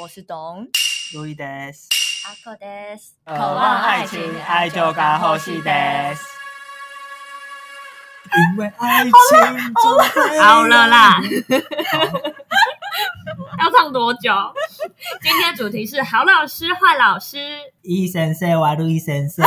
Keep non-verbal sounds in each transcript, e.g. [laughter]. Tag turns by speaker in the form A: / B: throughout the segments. A: 我是董
B: 路易德斯，
A: 阿克德斯，
B: 渴望爱情，爱就该呼吸德斯。因为爱情总
C: [laughs]
B: 会
A: 好了啦，
D: 要唱多久？今天主题是好老师坏老师。
B: 易先生，瓦路易先生，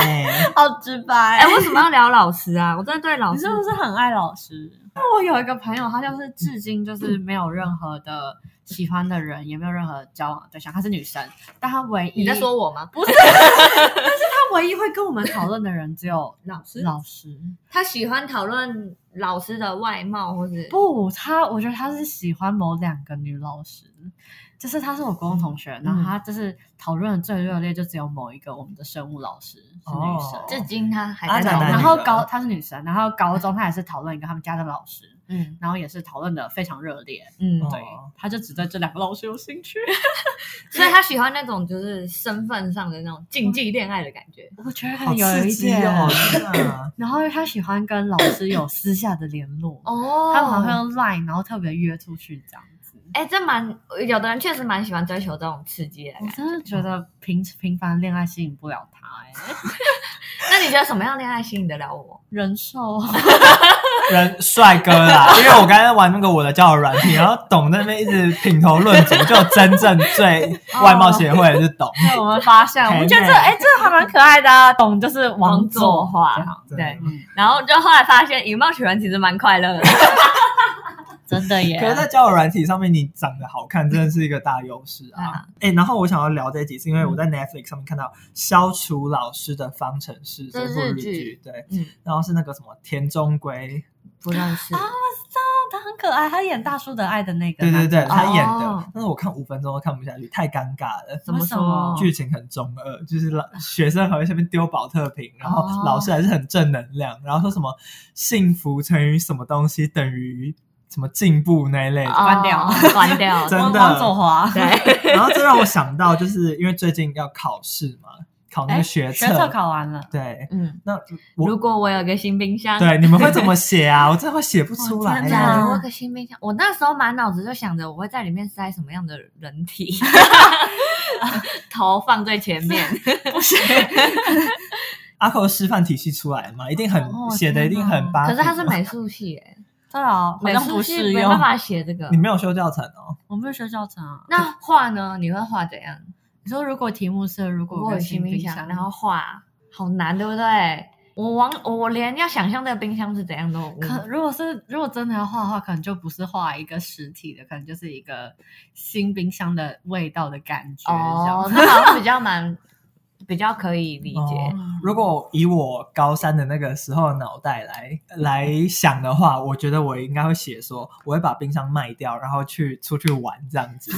A: 好直白。
D: 哎、为什么要聊老师啊？我真的对老
A: 你
D: 师
A: 是，不是很爱老师？
D: 我有一个朋友，他就是至今就是没有任何的喜欢的人，也没有任何交往对象，她是女生，但她唯一
C: 你在说我吗？
D: 不是，但是她唯一会跟我们讨论的人只有
C: 老 [laughs] 师
D: 老师。
C: 他喜欢讨论老师的外貌，或是
D: 不，他我觉得他是喜欢某两个女老师，就是她是我高中同
C: 嗯
D: 学，然后她就是讨论的最热烈，就只有某一个我们的生物老师是女生，
B: 哦
C: 至今他还
B: 啊哪
C: 在讨
B: 哪
C: 论。
D: 然
B: 里
D: 后
B: 的
D: 高她是女生，然后高中她也是讨论一个他们家的老师，
C: 嗯
D: 然后也是讨论的非常热烈，
C: 嗯，
B: 哦
D: 对，她就只对这两个老师有兴趣，
C: 所以他喜欢那种就是身份上的那种竞技恋爱的感觉。
D: 我觉得
B: 好
D: 有
B: 刺
D: 一
B: 激
D: 点，
B: 哦！真的
D: 然后她喜欢跟老师有私下的联络，
C: 哦
D: 他们好像用 Line，然后特别约出去这样子。
C: 哎、这蛮有的人确实蛮喜欢追求这种刺激的感
D: 我
C: 觉。
D: 啊真的觉得平平凡恋爱吸引不了他、哎， [laughs]
C: 那你觉得什么样的恋爱吸引得了我？
D: 人啊兽
B: 人帅哥啦， [laughs] 因为我刚才玩那个我的交友软体，然后董在那边一直品头论足，就真正最外貌协会的是董，
D: 被我们发 [laughs] 现，我
C: [laughs]
D: 们觉得这
B: 很美
D: 哎、这还蛮可爱的、啊，懂就是王作
C: 王
D: 话，
B: 真的
C: 对，然后就后来发现以貌取人其实蛮快乐的。
D: 真的耶
B: 可是，在交友软体上面，你长得好看真的是一个大优势
C: 对
B: 啊
C: 啊！
B: 哎、然后我想要聊这一集，是因为
C: 嗯
B: 我在 Netflix 上面看到《消除老师的方程式》这
C: 这
B: 部
C: 嗯日
B: 日
C: 剧
B: 剧，对，
C: 嗯，
B: 然后是那个什么田中圭，
C: [laughs] 不认识。
D: 他很可爱，他演大叔的爱的那个，
B: 对对对，他演的，
C: 哦
B: 但是我看五分钟都看不下去，太尴尬了。
C: 怎么
D: 为什么
C: 说？啊
B: 剧情很中二，就是老学生还会下面丢保特瓶，然后
C: 哦
B: 老师还是很正能量，然后说什么幸福乘以什么东西等于什么进步那一类的，
D: 关掉
C: 哦 [laughs] 关掉。
B: 真的
D: 王作华。
C: 对，
B: [laughs] 然后这让我想到，就是因为最近要考试嘛，考那
D: 哎
B: 个学测，
D: 学测考完 [laughs] 了，
B: 对，
C: [laughs] 嗯，
B: 那
C: 如
B: 我
C: 果我有个新冰箱，
B: 对你们会怎么写啊？我真的会写不出来
C: 真
B: 耶、
C: 的，
D: 啊
C: 我有个新冰箱，我那时候满脑子就想着我会在里面塞什么样的人体， [laughs] 头放最前 [laughs] 面，
B: 阿扣师范体系出来嘛，一定很、
D: 哦
B: 写的一定很
D: 天
B: 八股。
C: 可是它是美术系哎，
D: [laughs] 对啊，好
C: 美
D: 像
C: 术
D: 不
C: 系
D: 适
C: 没
D: 用
C: 办。法写这个
B: 你。没有修教程哦，
D: 我没有学教程啊。
C: 那画呢？你会画怎样？
D: 你说如果题目是如果
C: 我
D: 有
C: 有新
D: 冰
C: 冰箱，然后画，好难，对不对？我往我连要想象那个冰箱是怎样都无法，
D: 可如果是如果真的要画的话，可能就不是画一个实体的，可能就是一个新冰箱的味道的感觉。这样
C: 哦，那好像比较难， [laughs] 比较可以理解。
B: 哦如果以我高三的那个时候的脑袋来来想的话，我觉得我应该会写说，我会把冰箱卖掉，然后去出去玩这样子。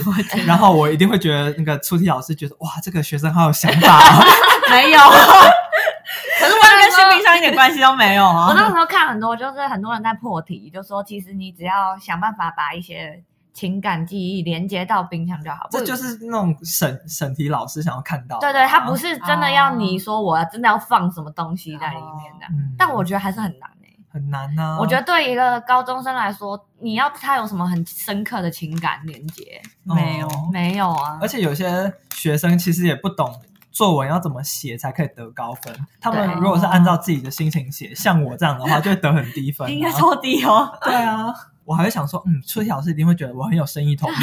B: 然后我一定会觉得那个出题老师觉得哇，这个学生好有想法、哦。
D: [laughs] 没有，
C: 可是我
D: 跟
C: 那时
D: 新
C: 候
D: 冰箱一点关系都没有
C: 我
D: 啊。
C: 那时候看很多，就是很多人在破题，就说其实你只要想办法把一些情感记忆连接到冰箱就好。
B: 这
C: 不
B: 就是那种审审题老师想要看到的啊。
C: 对对，他不是真的要
B: 哦
C: 你说我真的要放什么东西在里面的，
B: 嗯
C: 但我觉得还是很难欸诶、
B: 很难啊呐、
C: 我觉得对一个高中生来说，你要他有什么很深刻的情感连接，
B: 哦
D: 没有
C: 没有啊
B: 而？且有些学生其实也不懂作文要怎么写才可以得高分。他们
C: 对
B: 如果是按照自己的心情写，像我这样的话，就会得很低
C: [laughs]
B: 分、啊。
D: 应该超低 [laughs] 哦，
B: [laughs] 对啊，我还会想说，嗯，出题老师一定会觉得我很有生意头
C: [laughs]
B: 脑。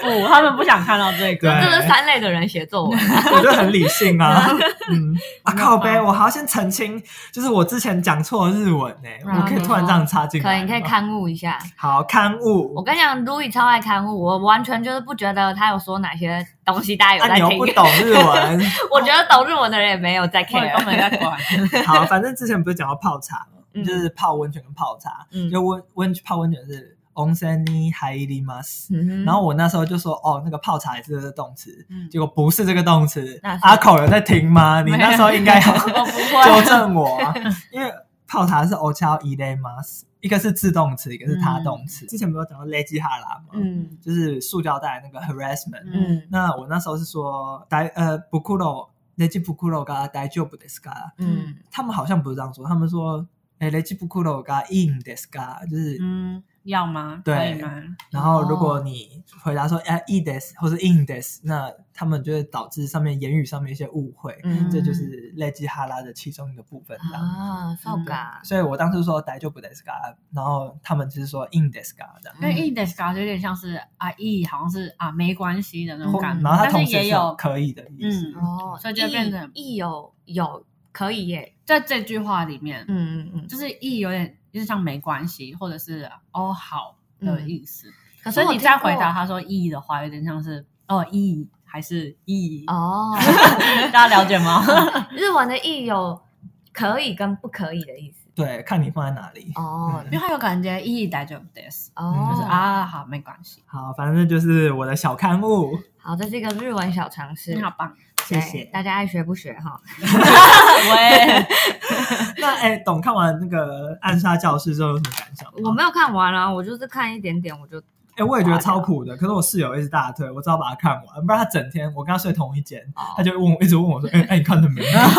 D: 不，哦他们不想看到
B: [laughs]
D: 这
B: 对
D: 个。
C: 这是三类的人写作
B: [laughs]
C: 文，
B: 我就很理性啊。嗯，啊靠
D: 没有
B: 背，
D: 办
B: 我还要先澄清，就是我之前讲错日文呢、
C: 啊
B: 我可以突然这样插进
C: 嗯可
B: 来。
C: 以你可以。刊物一下。
B: 好，刊
C: 我
B: 物。
C: 跟你讲，Louis 超爱刊物，我完全就是不觉得他有说哪些东西大家有
B: 啊，
C: 在
B: 你又
C: 听。
B: 不懂日文。
C: [laughs] 我觉得懂日文的人也没有在
D: 我也
C: care，
D: 根本在管，
B: 好，反正之前不是讲到泡茶吗？
C: 嗯
B: 就是泡温泉跟泡茶，
C: 嗯
B: 就温温泡温泉是 onsen ni hairi mas。
C: [laughs] 嗯哼
B: 然后我那时候就说，哦，那个泡茶也是这个动词，
D: 嗯
B: 结果不是这个动词
C: 那。是
B: 阿口有在听吗？你
D: 没有
B: 那时候应该要
D: 我不
B: [laughs] 纠
D: 会。
B: 正我、啊，因为泡茶是 o c h a i d e m a s 一个是自动词，一个是他动词。之前不是有讲到 l e g i h a r a 吗？
D: 嗯
B: 就是塑胶袋那个 harassment。
D: [laughs] 嗯
C: 嗯
B: 那我那时候是说，大呃不库罗 l e g i 不库罗嘎大丈夫ですか？
C: 嗯
B: 他们好像不是这样说，他们说。哎，レジ袋がいいんですか？就是
D: 嗯，
A: 要吗？
B: 对
A: 可以吗？
B: 然后如果你回答说
D: 哦
B: 哎、i d e s 或是 in des，那他们就会导致上面言语上面一些误会，
C: 嗯
B: 这就是累积哈拉的其中一个部分这样。
C: 啊，そうか。
B: 所以我当初说呆就不 des 嘎，然后他们就是说 in des 嘎这样。
D: 因为 in this g 有点像是啊，意好像是啊，没关系的那种
B: 或
D: 感觉，
B: 嗯然后他
D: 但
B: 同
D: 是
B: 时
D: 也
B: 是
D: 有
B: 可以的意思。
D: 嗯，
C: 哦，
D: 所以就变成
C: 意有有可以耶，
D: 在这句话里面，
C: 嗯嗯嗯。
D: 就是意有点就是像没关系，或者是哦好的意思。
C: 可
D: 所以
C: 我
D: 你
C: 听
D: 再回
C: 过
D: 答他说意的话，有点像是哦意还是意，
B: [laughs]
C: 哦，
D: 大家了解吗？
C: 日文的意有可以跟不可以的意思。
B: 对，看你放在哪里。
C: 哦
D: [laughs] 因为他有感觉意大丈夫です，
C: 哦，
D: 就是， [laughs] 啊好没关系，
B: 好，反正就是我的小刊物。 [laughs]
C: 好，这是一个日文小常识
D: 你，好 [laughs] 棒。
B: 谢
C: 对
B: 谢。
C: 大家爱学不学哈。
D: [laughs] 喂，
B: 那哎，董看完那个《暗杀教室》之后有什么感想吗？
C: 我没有看完啊，我就是看一点点，我就
B: 哎，我也觉得超苦的，可是我室友一直大推，我只好把它看完，不然他整天我跟他睡同一间，
C: 哦
B: 他就问我一直问我说，
C: [laughs]
B: 哎哎，你看了没？
C: 啊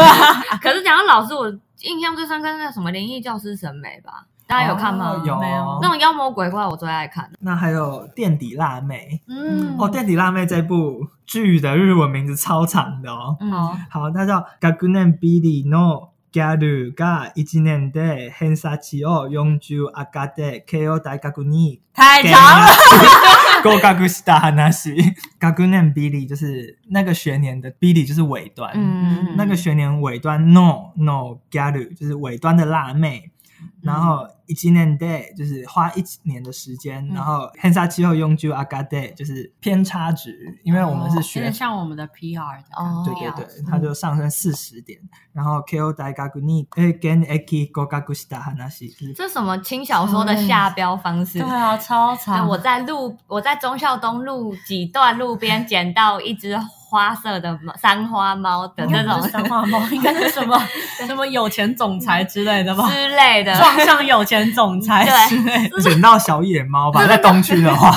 C: 可是讲到老师，我印象最深刻是那什么《灵异教师审美》吧，大家有看吗？
B: 哦有
D: 没有
C: 那种妖魔鬼怪，我最爱看。
B: 那还有《垫底辣妹》
D: 嗯，
B: 哦，《垫底辣妹》这部剧的日文名字超长的哦。
C: 嗯
D: 好，
B: 好，它叫《学年ビリのギャルが一年で偏差値を40上がって慶応大学に
A: 太
B: 给
A: 长了。
B: [laughs] 合格した話。学年ビリ就是那个学年的ビリ就是尾端，
C: 嗯
B: 那个学年尾端 no no g a l 就是尾端的辣妹，
D: 嗯
B: 然后一年 day 就是花一年的时间，然后 hansa 七后用 ju aga day 就是偏差值，因为我们是
D: 哦有
B: 学
D: 点像我们的 PR 的感觉
C: 哦，
B: 对对对，它就上升四十点，然后 KO 大学にえ現役合格した話就是
C: 这什么轻小说的下标方式
D: 对？啊，超
C: 哎
D: 长。
C: 我在路，我在忠孝东路几段路边捡到一只花色的猫三花猫的这
D: 哦不
C: 种
D: 是三花猫，应该是什 [laughs] 么什么有钱总裁之类的吧？
C: 之类的，
D: 撞上有钱总裁之类的。
B: 捡到小野猫吧，在东区的话，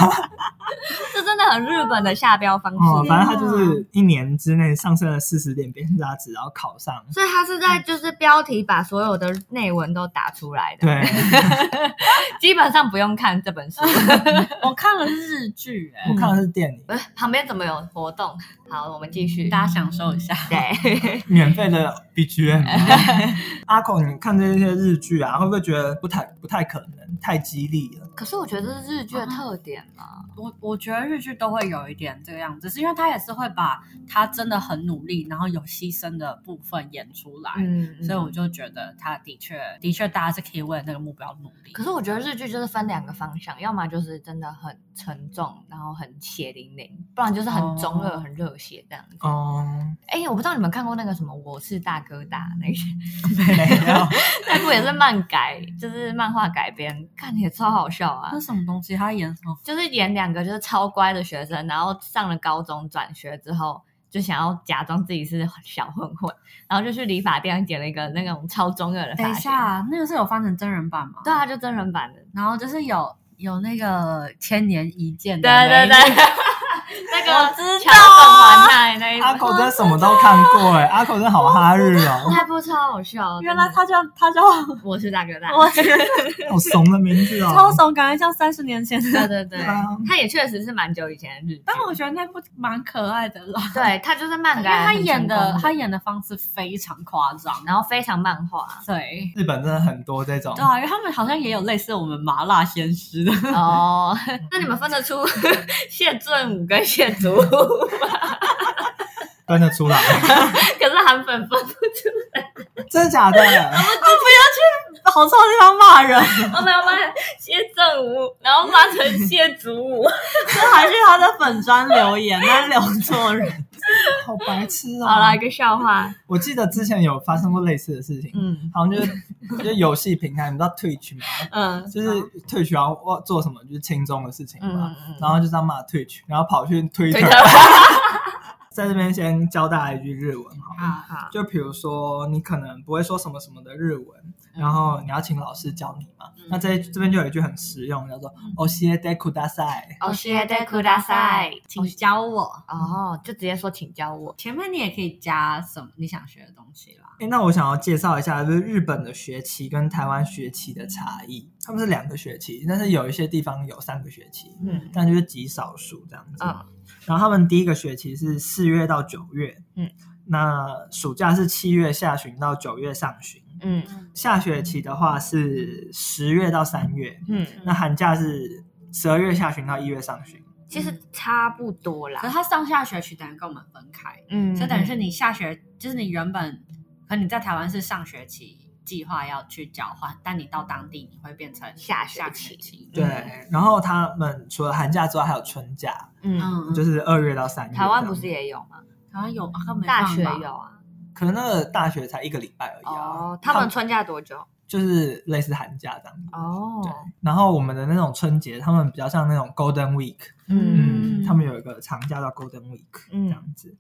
C: 这真的很日本的下标方
B: 哦，
C: 式。
B: 反正它就是一年之内上升了四十点偏差值，然后考上。
C: 所以他是在就是标题把所有的内文都打出来 [laughs] 的，
B: 对，
C: 基本上不用看这
D: [laughs]
C: 本书。
D: 我看了日剧、哎，
B: 我看的是电影，
C: 呃旁边怎么有活动？好，我们继续。
D: 嗯大家享受一下。
C: 对， [laughs]
B: 免费的 BGM。阿 [laughs]
C: 哎
B: 孔，你看这些日剧啊，会不会觉得不太不太可能，太激励了？
C: 可是我觉得这是日剧的特点嘛，
D: 我我觉得日剧都会有一点这个样子，是因为他也是会把他真的很努力，然后有牺牲的部分演出来，
C: 嗯
D: 所以我就觉得他的确的确大家是可以为了那个目标努力。
C: 可是我觉得日剧就是分两个方向，要么就是真的很沉重，然后很血淋淋，不然就是很中二、
D: 哦
C: 很热血这样子。
B: 哦、
C: 哎、我不知道你们看过那个什么《我是大哥大》那个，
B: 没
C: [laughs]
B: 有，
C: 那部也是漫改，就是漫画改编，看也超好笑啊
D: 那。什么东西？他演什么？
C: 就是演两个就是超乖的学生，然后上了高中转学之后，就想要假装自己是小混混，然后就去理发店剪了一个那种超中二的
D: 等
C: 发
D: 一
C: 型。
D: 下，那个是有翻成真人版吗？
C: 对啊，就真人版的。
D: 然后就是有有那个千年一见的，
C: 对对对， [laughs] 那
D: 我
C: 个
D: 知
C: 桥本环奈那一
B: 阿
C: 部，
B: 孔真的什么都看过哎、阿孔真的好哈日哦，
C: 那部超好笑。
D: 原来
C: 真的
D: 他叫他叫
C: 我是大哥大，
D: [laughs] 我
B: 好怂的名字哦，
D: 超怂，感觉像三十年前的。
C: 对对对
B: 啊，
C: 他也确实是蛮久以前的日剧，
D: 但我觉得那部蛮可爱的啦，
C: 对他就是漫
D: 因为
C: 改，
D: 他演的他
C: 他
D: 演的方式非常夸张。
C: 然后非常漫画
D: [laughs] 对
B: 日本真的很多这种
D: 对啊，因为他们好像也有类似我们麻辣鲜师 [laughs] 的，
C: 哦。那你们分得出 [laughs] 谢振武跟谢祖 [laughs] 武吗？
B: 分得
C: [laughs]
B: 出来，
C: 可是韩粉分
D: [laughs]
C: 不出。
B: 真的假的？
D: 好臭的地方骂人，
C: 哦我们要把谢振武，然后发成谢祖
D: [laughs]
C: 武。
D: 这还是他的粉砖留言，他留错人。
B: 好白痴哦！
C: 好了，一个笑话，
B: 我记得之前有发生过类似的事情，
C: 嗯
B: 好像就是就是游戏平台，你知道 Twitch 吗？
C: 嗯，
B: 就是 Twitch 然后要做什么就是轻松的事情
C: 嗯
B: 嘛，
C: 嗯嗯
D: [laughs]
B: 然后就是要骂 Twitch，然后跑去 Twitter，
C: 推特
B: 在这边先教大家一句日文好了。
C: 啊好，
B: 就比如说，你可能不会说什么什么的日文，
C: 嗯
B: 然后你要请老师教你嘛。那这这边就有一句很实用，叫做
C: 嗯
B: “o s h i d e k u d a s a
C: 哦，谢谢ください，
D: 请教我。
C: 哦，就直接说请教我。
D: 前面你也可以加什么你想学的东西啦。
B: 那我想要介绍一下，就是日本的学期跟台湾学期的差异。他们是两个学期，但是有一些地方有三个学期，
C: 嗯
B: 但就是极少数这样子。
C: 嗯
B: 然后他们第一个学期是四月到九月，
C: 嗯，
B: 那暑假是七月下旬到九月上旬，
C: 嗯
B: 下学期的话是十月到三月，
C: 嗯，
B: 那寒假是十二月下旬到一月上旬。
C: 其实差不多
D: 可是
C: 啦。
D: 它上下学期等于跟我们分开，
C: 嗯
D: 所以等于是你下学就是你原本可能你在台湾是上学期计划要去交换，但你到当地你会变成
C: 下学
D: 下
C: 期
D: 学期。
B: 对，然后他们除了寒假之外，还有春假，
C: 嗯，
D: 嗯，
B: 就是是二月到三月。
C: 台湾不是？也有吗？
D: 台湾有吗？他没
C: 大
D: 放
C: 学
D: 吧
C: 有啊。
B: 可能那个大学才一个礼拜而已啊。
C: 哦，他们春假多久？
B: 就是类似寒假这样子。
C: 哦
B: 对，然后我们的那种春节，他们比较像那种 Golden Week，嗯，
D: 嗯
B: 他们有一个长假叫 Golden Week，
C: 嗯
B: 这样子。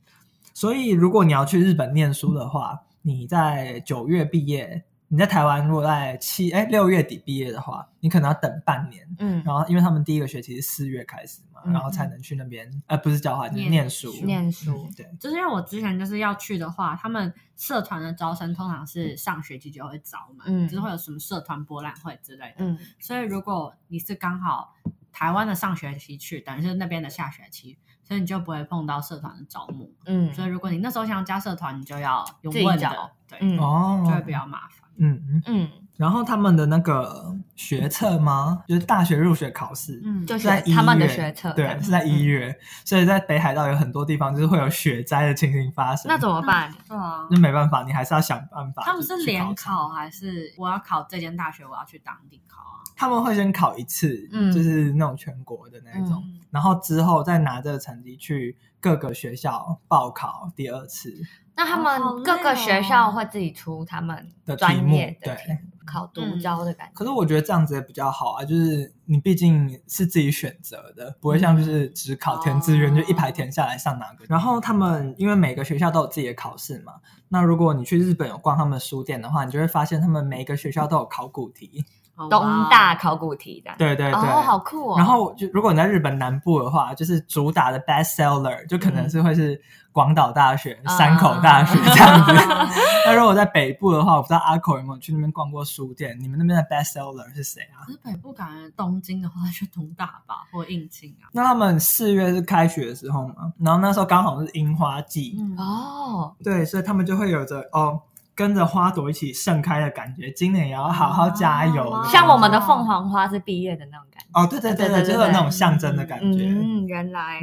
B: 所以如果你要去日本念书的话，你在九月毕业，你在台湾如果在七哎六月底毕业的话，你可能要等半年。
C: 嗯
B: 然后因为他们第一个学期是四月开始嘛，
C: 嗯
B: 然后才能去那边，呃，不是交换，就是
D: 念
B: 念书，
C: 念书
B: 嗯对，
D: 就是因为我之前就是要去的话，他们社团的招生通常是上学期就会招嘛，
C: 嗯
D: 就是会有什么社团博览会之类的。
C: 嗯
D: 所以如果你是刚好台湾的上学期去，等于是那边的下学期，所以你就不会碰到社团的招募。
C: 嗯
D: 所以如果你那时候想要加社团，你就要用
C: 自己
D: 问
C: 找
D: 的，对，
C: 嗯
B: 哦
D: 就，会比较麻烦。
B: 嗯嗯。
C: 嗯，
B: 然后他们的那个学测吗？就是大学入学考试，
D: 嗯，
C: 就是是
B: 在一
C: 他们的
B: 月
C: 学测这
B: 对
C: 样，
B: 是在一
C: 嗯
B: 月，所以在北海道有很多地方就是会有雪灾的情形发生。
C: 那怎么办？
D: 对啊。
B: 那没办法，你还是要想办法。
D: 他们是
B: 去
D: 联
B: 上，
D: 考还是我要考这间大学，我要去当地考啊？
B: 他们会先考一次，
C: 嗯
B: 就是那种全国的那一种，
D: 嗯
B: 然后之后再拿这个成绩去各个学校报考第二次
C: 那他
D: 哦好累
C: 们
D: 哦
C: 各个学校会自己出他们
B: 的题
C: 专
B: 目
C: 业。
B: 对，
C: 的题目考
D: 嗯
C: 独招的感觉。
B: 可是我觉得这样子也比较好啊，就是你毕竟是自己选择的，不会像
C: 嗯
B: 就是只考填志愿、
D: 哦
B: 就一排填下来上哪个。
C: 哦
B: 然后他们因为每个学校都有自己的考试嘛，那如果你去日本有逛他们书店的话，你就会发现他们每一个学校都有考古题。
D: 哦
C: 东大考古题的，
B: 对对对，
C: 哦，好酷哦。
B: 然后就如果你在日本南部的话，就是主打的 best seller 就可能是会是广岛大学、
C: 嗯啊
B: 山口大学这样子。 [laughs]
D: 哇
B: 那如果在北部的话，我不知道阿口有没有去那边逛过书店，你们那边的 best seller 是谁啊？
D: 可是北部感觉东京的话，去东大吧或应庆啊。
B: 那他们四月是开学的时候嘛，然后那时候刚好是樱花季，
D: 嗯
C: 哦，
B: 对，所以他们就会有着哦跟着花朵一起盛开的感觉。今年也要好好加油，
D: 哇
C: 像我们的凤凰花是毕业的那种感觉。
B: 哦，对对对
C: 嗯对对
B: 对，
C: 对
B: 就是有那种象征的感觉。嗯
C: 嗯，原来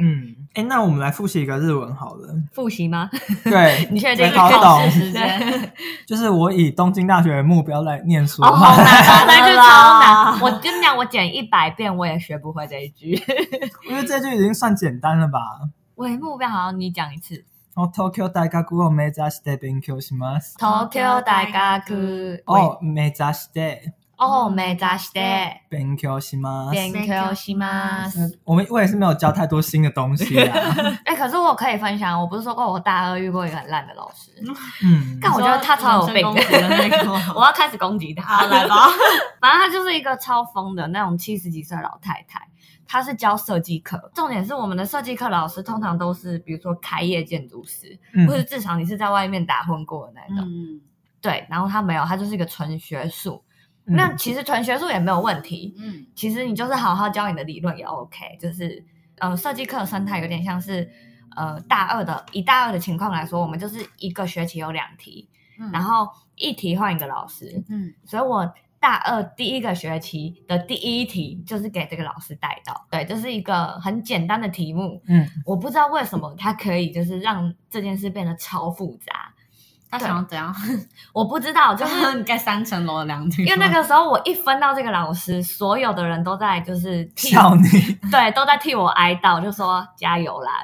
B: 哎，那我们来复习一个日文好了。
C: 复习吗？
B: 对，
C: [laughs] 你确定
B: 搞
C: 考
B: 懂
C: 试时
D: 对
C: 间？ [laughs]
B: 就是我以东京大学为目标来念书
C: 哦，
B: 嘛。
C: 好难，好难，这超
A: 啦
C: [laughs] 难。我跟你讲，我剪一百遍我也学不会这一句。
B: 我觉得这就已经算简单了吧。
C: [laughs] 喂，目标好像你讲一次。
B: 然后 Tokyo 大学を目指して勉強します。
C: Tokyo 大学
B: 哦，目指して
C: 哦，目指して
B: 勉強します。
C: 勉強します。
B: 嗯我们我也是没有教太多新的东西啊啦。
C: 哎，可是我可以分享，我不是说过我大二遇过一个很烂的老师，
B: 嗯，
C: 干我觉得他超有病的
D: 你说人身攻击的那
C: [laughs]
D: 个
C: 我要开始攻击他
D: 好，来吧。
C: 反正她就是一个超疯的那种七十几岁的老太太，她是教设计课，重点是我们的设计课老师通常都是比如说开业建筑师，
B: 嗯
C: 或者至少你是在外面打混过的那种。
D: [laughs] 嗯
C: 对，然后她没有，她就是一个纯学术。
B: 嗯
C: 那其实纯学术也没有问题，
D: 嗯
C: 其实你就是好好教你的理论也 OK，就是呃设计课的生态有点像是。呃，大二的以大二的情况来说，我们就是一个学期有两题，
D: 嗯
C: 然后一题换一个老师，
D: 嗯
C: 所以我大二第一个学期的第一题就是给这个老师带到，对，就是一个很简单的题目，
B: 嗯，
C: 我不知道为什么他可以就是让这件事变得超复杂，
D: 他想要怎样？
C: 我不知道，
D: [laughs]
C: 就
D: 就是是你盖三层楼的凉亭
C: 因
D: 吗，
C: 为那个时候我一分到这个老师，所有的人都在就是替
B: 笑你。
C: 对都在替我哀悼，就说加油啦，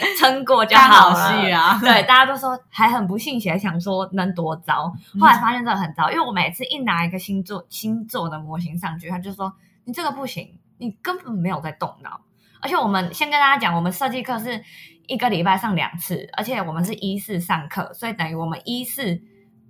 C: 对撑过就
D: 干
C: 好
D: 好
C: 了
D: 戏。 [laughs] 啊，
C: 对，大家都说还很不信邪，想说能多糟。后来发现这个很糟，因为我每次一拿一个星座星座的模型上去，他就说你这个不行，你根本没有在动脑。而且我们先跟大家讲，我们设计课是一个礼拜上两次，而且我们是一四上课，所以等于我们一四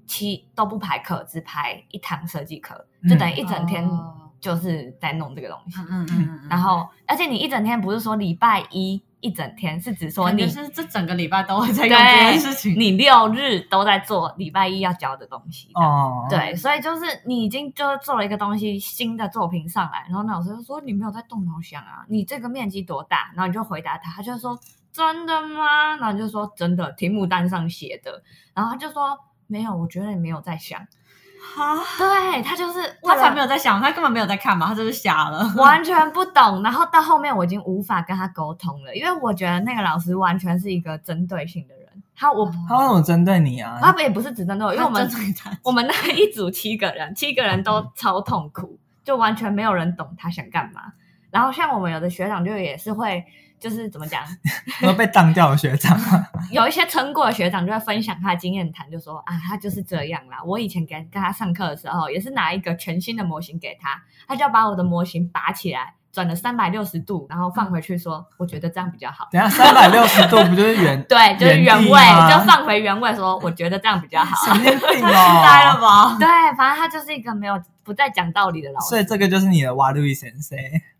C: 七都不排课，只排一堂设计课，就等于一整天
D: 哦
C: 就是在弄这个东西。
D: 嗯嗯嗯嗯，
C: 然后，而且你一整天不是说礼拜一一整天，是指说
D: 感觉
C: 你
D: 是这整个礼拜都会在用这
C: 对
D: 件事情。
C: 你六日都在做礼拜一要交的东西。
B: 哦，，
C: 对，所以就是你已经就是做了一个东西新的作品上来，然后老师就说你没有在动脑想啊，你这个面积多大？然后你就回答他，他就说真的吗？然后你就说真的，题目单上写的，然后他就说没有，我觉得你没有在想。
D: 哈，
C: 对他就是
D: 他
C: 为
D: 才
C: 了
D: 没有在想，他根本没有在看嘛，他就是瞎了。
C: 完全不懂。然后到后面我已经无法跟他沟通了，因为我觉得那个老师完全是一个针对性的人。他我、
B: 他为什么针对你啊？
C: 他们也不是只针对我，因为我们
D: 他针对他
C: 我们那一组七个人，七个人
B: 嗯
C: 都超痛苦，就完全没有人懂他想干嘛。然后像我们有的学长就也是会，就是怎
B: [laughs]
C: 么讲，
B: 我被当掉的学长啊吗？
C: 有一些成果的学长就会分享他的经验谈，就说啊，他就是这样啦。我以前跟跟他上课的时候，也是拿一个全新的模型给他，他就要把我的模型拔起来，转了三百六十度，然后
B: 嗯
C: 放回去说，我觉得这样比较好。
B: [laughs] 等一下三百六十度不就是
C: [laughs]
B: 圆
C: 对，就是原
B: 原地
C: 位，
B: 吗
C: 就放回原位说，我觉得这样比较好。
B: 神经病
D: 呆了
B: 哦？
D: 吧？
C: 对，反正他就是一个没有不再讲道理的老师。
B: 所以这个就是你的瓦路易先生，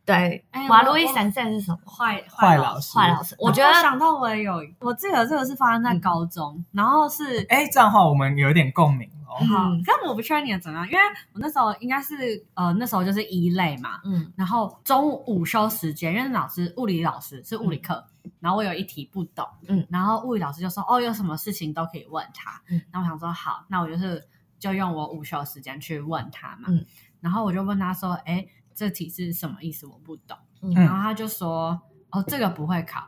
C: 对
D: 哎，
C: 马
D: 我
C: 路易
D: 我
C: 闪现是什么？
D: 坏
B: 坏
D: 老
B: 老
D: 师。
B: 师，
C: 坏老师，我觉得嗯
D: 然后想到我也有，我记得这个是发生在高中，然后是
B: 哎，这样的话我们有点共鸣哦。
D: 好
C: 嗯，
D: 但我不确定你的怎么样，因为我那时候应该是呃那时候就是一类嘛，
C: 嗯
D: 然后中午午休时间，因为老师物理老师是物理课，然后我有一题不懂，
C: 嗯
D: 然后物理老师就说哦有什么事情都可以问他，
C: 嗯
D: 然后我想说好，那我就是就用我午休时间去问他嘛，
C: 嗯
D: 然后我就问他说，哎，这题是什么意思？我不懂，
C: 嗯
B: 嗯
D: 然后他就说：“哦，这个不会考。”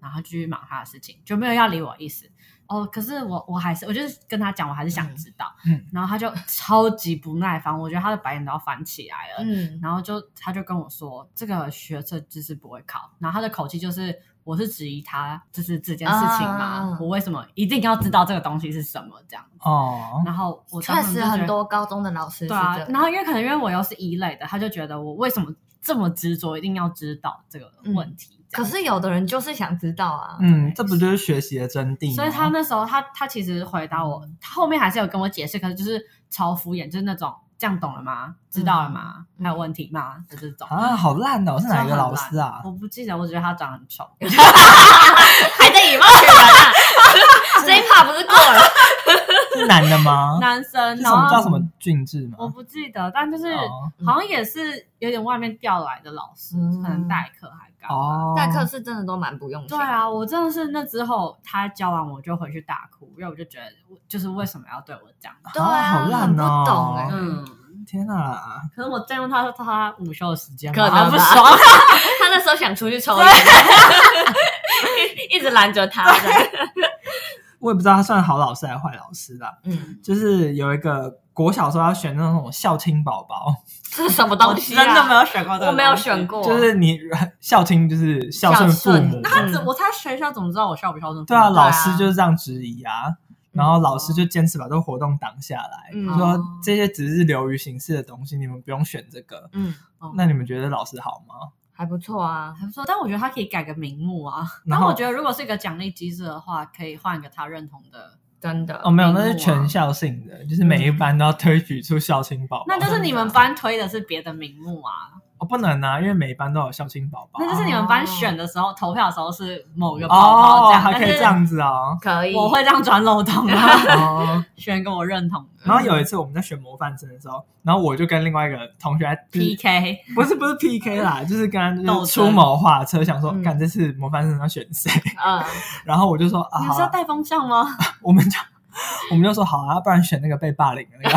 D: 然后继续忙他的事情，就没有要理我意思。哦，可是我我还是我就是跟他讲，我还是想知道。
B: 嗯嗯
D: 然后他就超级不耐烦，我觉得他的白眼都要翻起来了。
C: 嗯
D: 然后就他就跟我说，这个学测就是不会考。然后他的口气就是，我是质疑他就是这件事情嘛，
C: 啊
D: 我为什么一定要知道这个东西是什么这样？
B: 哦，
D: 然后我
C: 确
D: 当时
C: 实
D: 就觉得
C: 很多高中的老师是这
D: 对啊，
C: 样。
D: 然后因为可能因为我又是一类的，他就觉得我为什么这么执着，一定要知道这个问题。这
C: 嗯可
D: 样
C: 是有的人就是想知道啊，
B: 嗯，这不就是学习的真谛吗？
D: 所以他那时候他他其实回答我，他后面还是有跟我解释，可是就是超敷衍，就是那种这样懂了吗？知道了吗？
C: 嗯
D: 还有问题吗？就这种。
B: 啊，好烂哦，是哪一个老师啊？
D: 我不记得，我觉得他长得很丑。
C: 还在以貌取人啊。 [laughs] 这一趴不是过了？ [laughs]
B: 是男的吗？
D: 男生，
B: 啊是
D: 然
B: 什么
D: 后
B: 叫什么俊智吗？
D: 我不记得，但就是
B: 哦
D: 好像也是有点外面调来的老师，
C: 嗯
D: 可能代课还干嘛
B: 哦，
C: 代课是真的都蛮不用心
D: 对
C: 的。
D: 啊，我真的是那之后他教完我就回去大哭，因为我就觉得我就是为什么要对我这样？
C: 对
B: 啊
C: 啊，
B: 好烂哦
C: 很不懂哎。
D: 嗯，
B: 天哪！
D: 可能我占用他他他午休的时间
C: 可
D: 嘛，
C: 能
D: 他不
C: 吧
D: 爽。
C: [laughs] 他那时候想出去抽烟， [laughs] 一直拦着他这样。
B: 我也不知道他算好老师还是坏老师啦。
C: [laughs] 嗯，
B: 就是有一个国小时候要选那种校青宝宝，
C: 这是什么东西啊？
D: [laughs] 真的没有选过这个，
C: 我没有选。过。
B: 就是你校青就是孝顺父母，
C: 孝顺
D: 他怎 [laughs] 我他学校怎么知道我孝不孝顺？
B: 对啊，
C: 对啊
B: 老师就是这样质疑啊。然后老师就坚持把这个活动挡下来，
C: 嗯
B: 说这些只是流于形式的东西，你们不用选这个。
C: 嗯，
B: 那你们觉得老师好吗？
C: 还不错啊。
D: 还不错，但我觉得他可以改个名目啊。
B: [laughs] 然
D: 但
B: 后
D: 我觉得如果是一个奖励机制的话，可以换一个他认同的。
C: 真的
B: 哦，没有，
D: 没有
B: 那是
D: 啊
B: 全校性的，
C: 嗯
B: 就是每一班都要推举出校青宝宝。
D: 那就是你
B: 啊
D: 们班推的是别的名目啊，
B: 哦，不能啊，因为每一班都有校青宝宝。啊
D: 那就是你们班选的时候投票的时候是某个宝
B: 哦，
D: 宝这样，
B: 还可以
D: 但是
B: 这样
D: [laughs]
B: 子哦。，
C: 可以，
D: 我会这样钻漏洞啊 [laughs]
B: 哦，
D: 选一个我认同的
B: 然后有一次我们在选模范生的时候，然后我就跟另外一个同学在
D: PK，
B: 不是不是 PK
D: [laughs]
B: 啦，就是跟他就
D: 斗
B: 是
D: 争
B: 出谋划策，想说
C: 嗯
B: 看这次模范生要选谁， [laughs]
C: 嗯
B: 然后我就说啊，
D: 你们
B: 好
D: 是要
B: 啦
D: 带风向吗？
B: [laughs] 我们就我们就说好啊，不然选那个被霸凌的那个。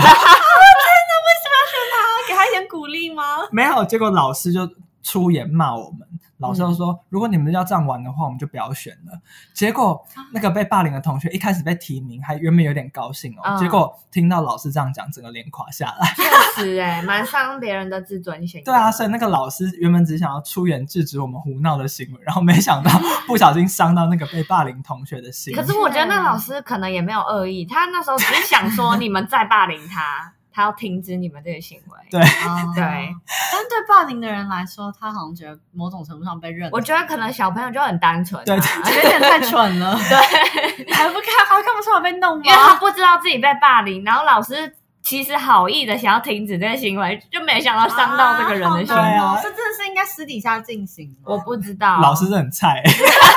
D: 给他一点鼓励吗？
B: 没有，结果老师就出言骂我们，老师就说、
C: 嗯
B: 如果你们要这样玩的话，我们就不要选了。结果那个被霸凌的同学一开始被提名，还原本有点高兴哦，
C: 嗯
B: 结果听到老师这样讲，整个脸垮下来。
C: 确实哎，蛮伤别人的自尊心。
B: 对啊，，所以那个老师原本只想要出言制止我们胡闹的行为，然后没想到不小心伤到那个被霸凌同学的心。
C: 可是我觉得那老师可能也没有恶意，他那时候只是想说你们在霸凌他， [laughs] 他要停止你们这个行为。
B: 对啊
D: 哦
C: 对
D: 但对霸凌的人来说，他好像觉得某种程度上被认同，
C: 我觉得可能小朋友就很单纯、啊，
B: 对
D: 有点太
B: [laughs]
D: 蠢了，
C: [laughs] 对，
D: 你还不看，还看不出来被弄
C: 因为他
D: 吗？
C: 不知道自己被霸凌，然后老师其实好意的想要停止这个行为，就没想到伤到这个人的心。
B: 啊好难哦
D: 这真的是应该私底下进行的。
C: 我不知道，
B: 老师真的很菜、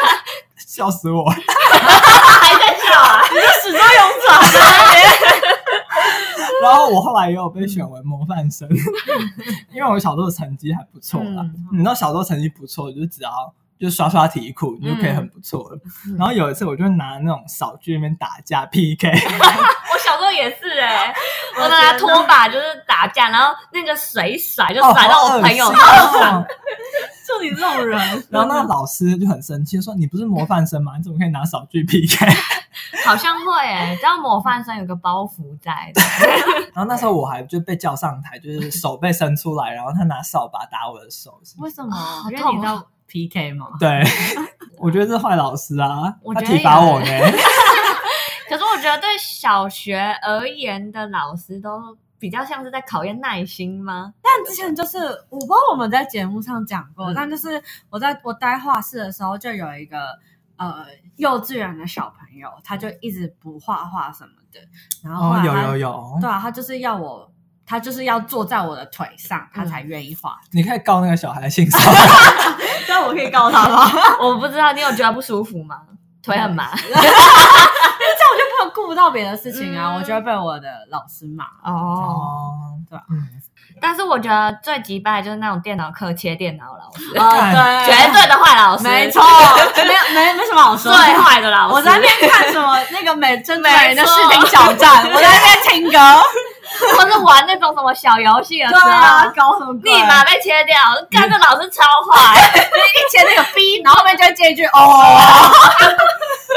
B: [laughs] 笑死我！
C: 还在笑啊，
D: 始终有转，
B: 然后我后来也有被选为模范
C: [laughs]
B: 生，因为我小时候成绩还不错啦。
C: 嗯
B: 你知道小时候成绩不错，就只要就刷刷题库，你就可以很不错了。
C: 嗯
B: 然后有一次，我就拿那种扫去那边打架 PK，
C: 我小时候也是哎、我拿拖把就是打架，然后那个水甩就
B: 哦
C: 甩到
B: 好
C: 我
B: 恶
C: 朋友
B: 心
C: 头上，
B: 哦
D: [laughs] 就你这种人，
B: 然后那个老师就很生气，说：“你不是模范生吗？你怎么可以拿扫去 PK？”
C: 好像会哎、欸，知道模范生有个包袱在，
B: 然后那时候我还就被叫上台，就是手被伸出来，然后他拿扫把打我的手。
D: 为什么？
C: 好
D: 因为
C: 痛
D: 你知
C: 啊
D: 道 PK 吗？
B: 对，我觉得是坏老师啊
C: 我，
B: 他
C: 觉得
B: 体罚
C: 也
B: 我呢。
C: [laughs] 可是我觉得对小学而言的老师都比较像是在考验耐心吗？ [laughs]
D: 但之前就是我不知道我们在节目上讲过，
C: 嗯
D: 但就是我在我待画室的时候，就有一个呃幼稚园的小朋友，他就一直不画画什么的，然后后
B: 哦，
D: 来
B: 有
D: 他
B: 有有，
D: 对啊，他就是要我，他就是要坐在我的腿上，他
B: 嗯
D: 才愿意 [laughs] 画。
B: 你可以告那个小孩
C: [laughs]
B: 性骚扰。
D: 但我可以告他 [laughs] 吗？
C: 我不知道，你有觉得不舒服吗？腿很麻
D: 我就不能顾不到别的事情啊，
C: 嗯
D: 我就会被我的老师骂。
C: 哦，
B: 哦，
D: 对啊
B: 嗯，
C: 但是我觉得最击败的就是那种电脑课切电脑老
D: [laughs]
C: 师，
B: 干
C: 绝对的坏老师，
D: 没 [laughs] 错，没有没没什么好说
C: 最
D: 的。
C: 坏的老师。
D: 我在那边看什么那个美真美人的
C: 没
D: 视
C: 错
D: 听挑战，我在那边听歌。
C: 或是玩那种什么小游戏的时
D: [laughs] 对啊，
C: 候，
D: 搞什么鬼？
C: 立马被切掉，干这老师超坏，
D: [laughs] 一切那个逼，然后后面就会接一句
B: [laughs]
D: 哦，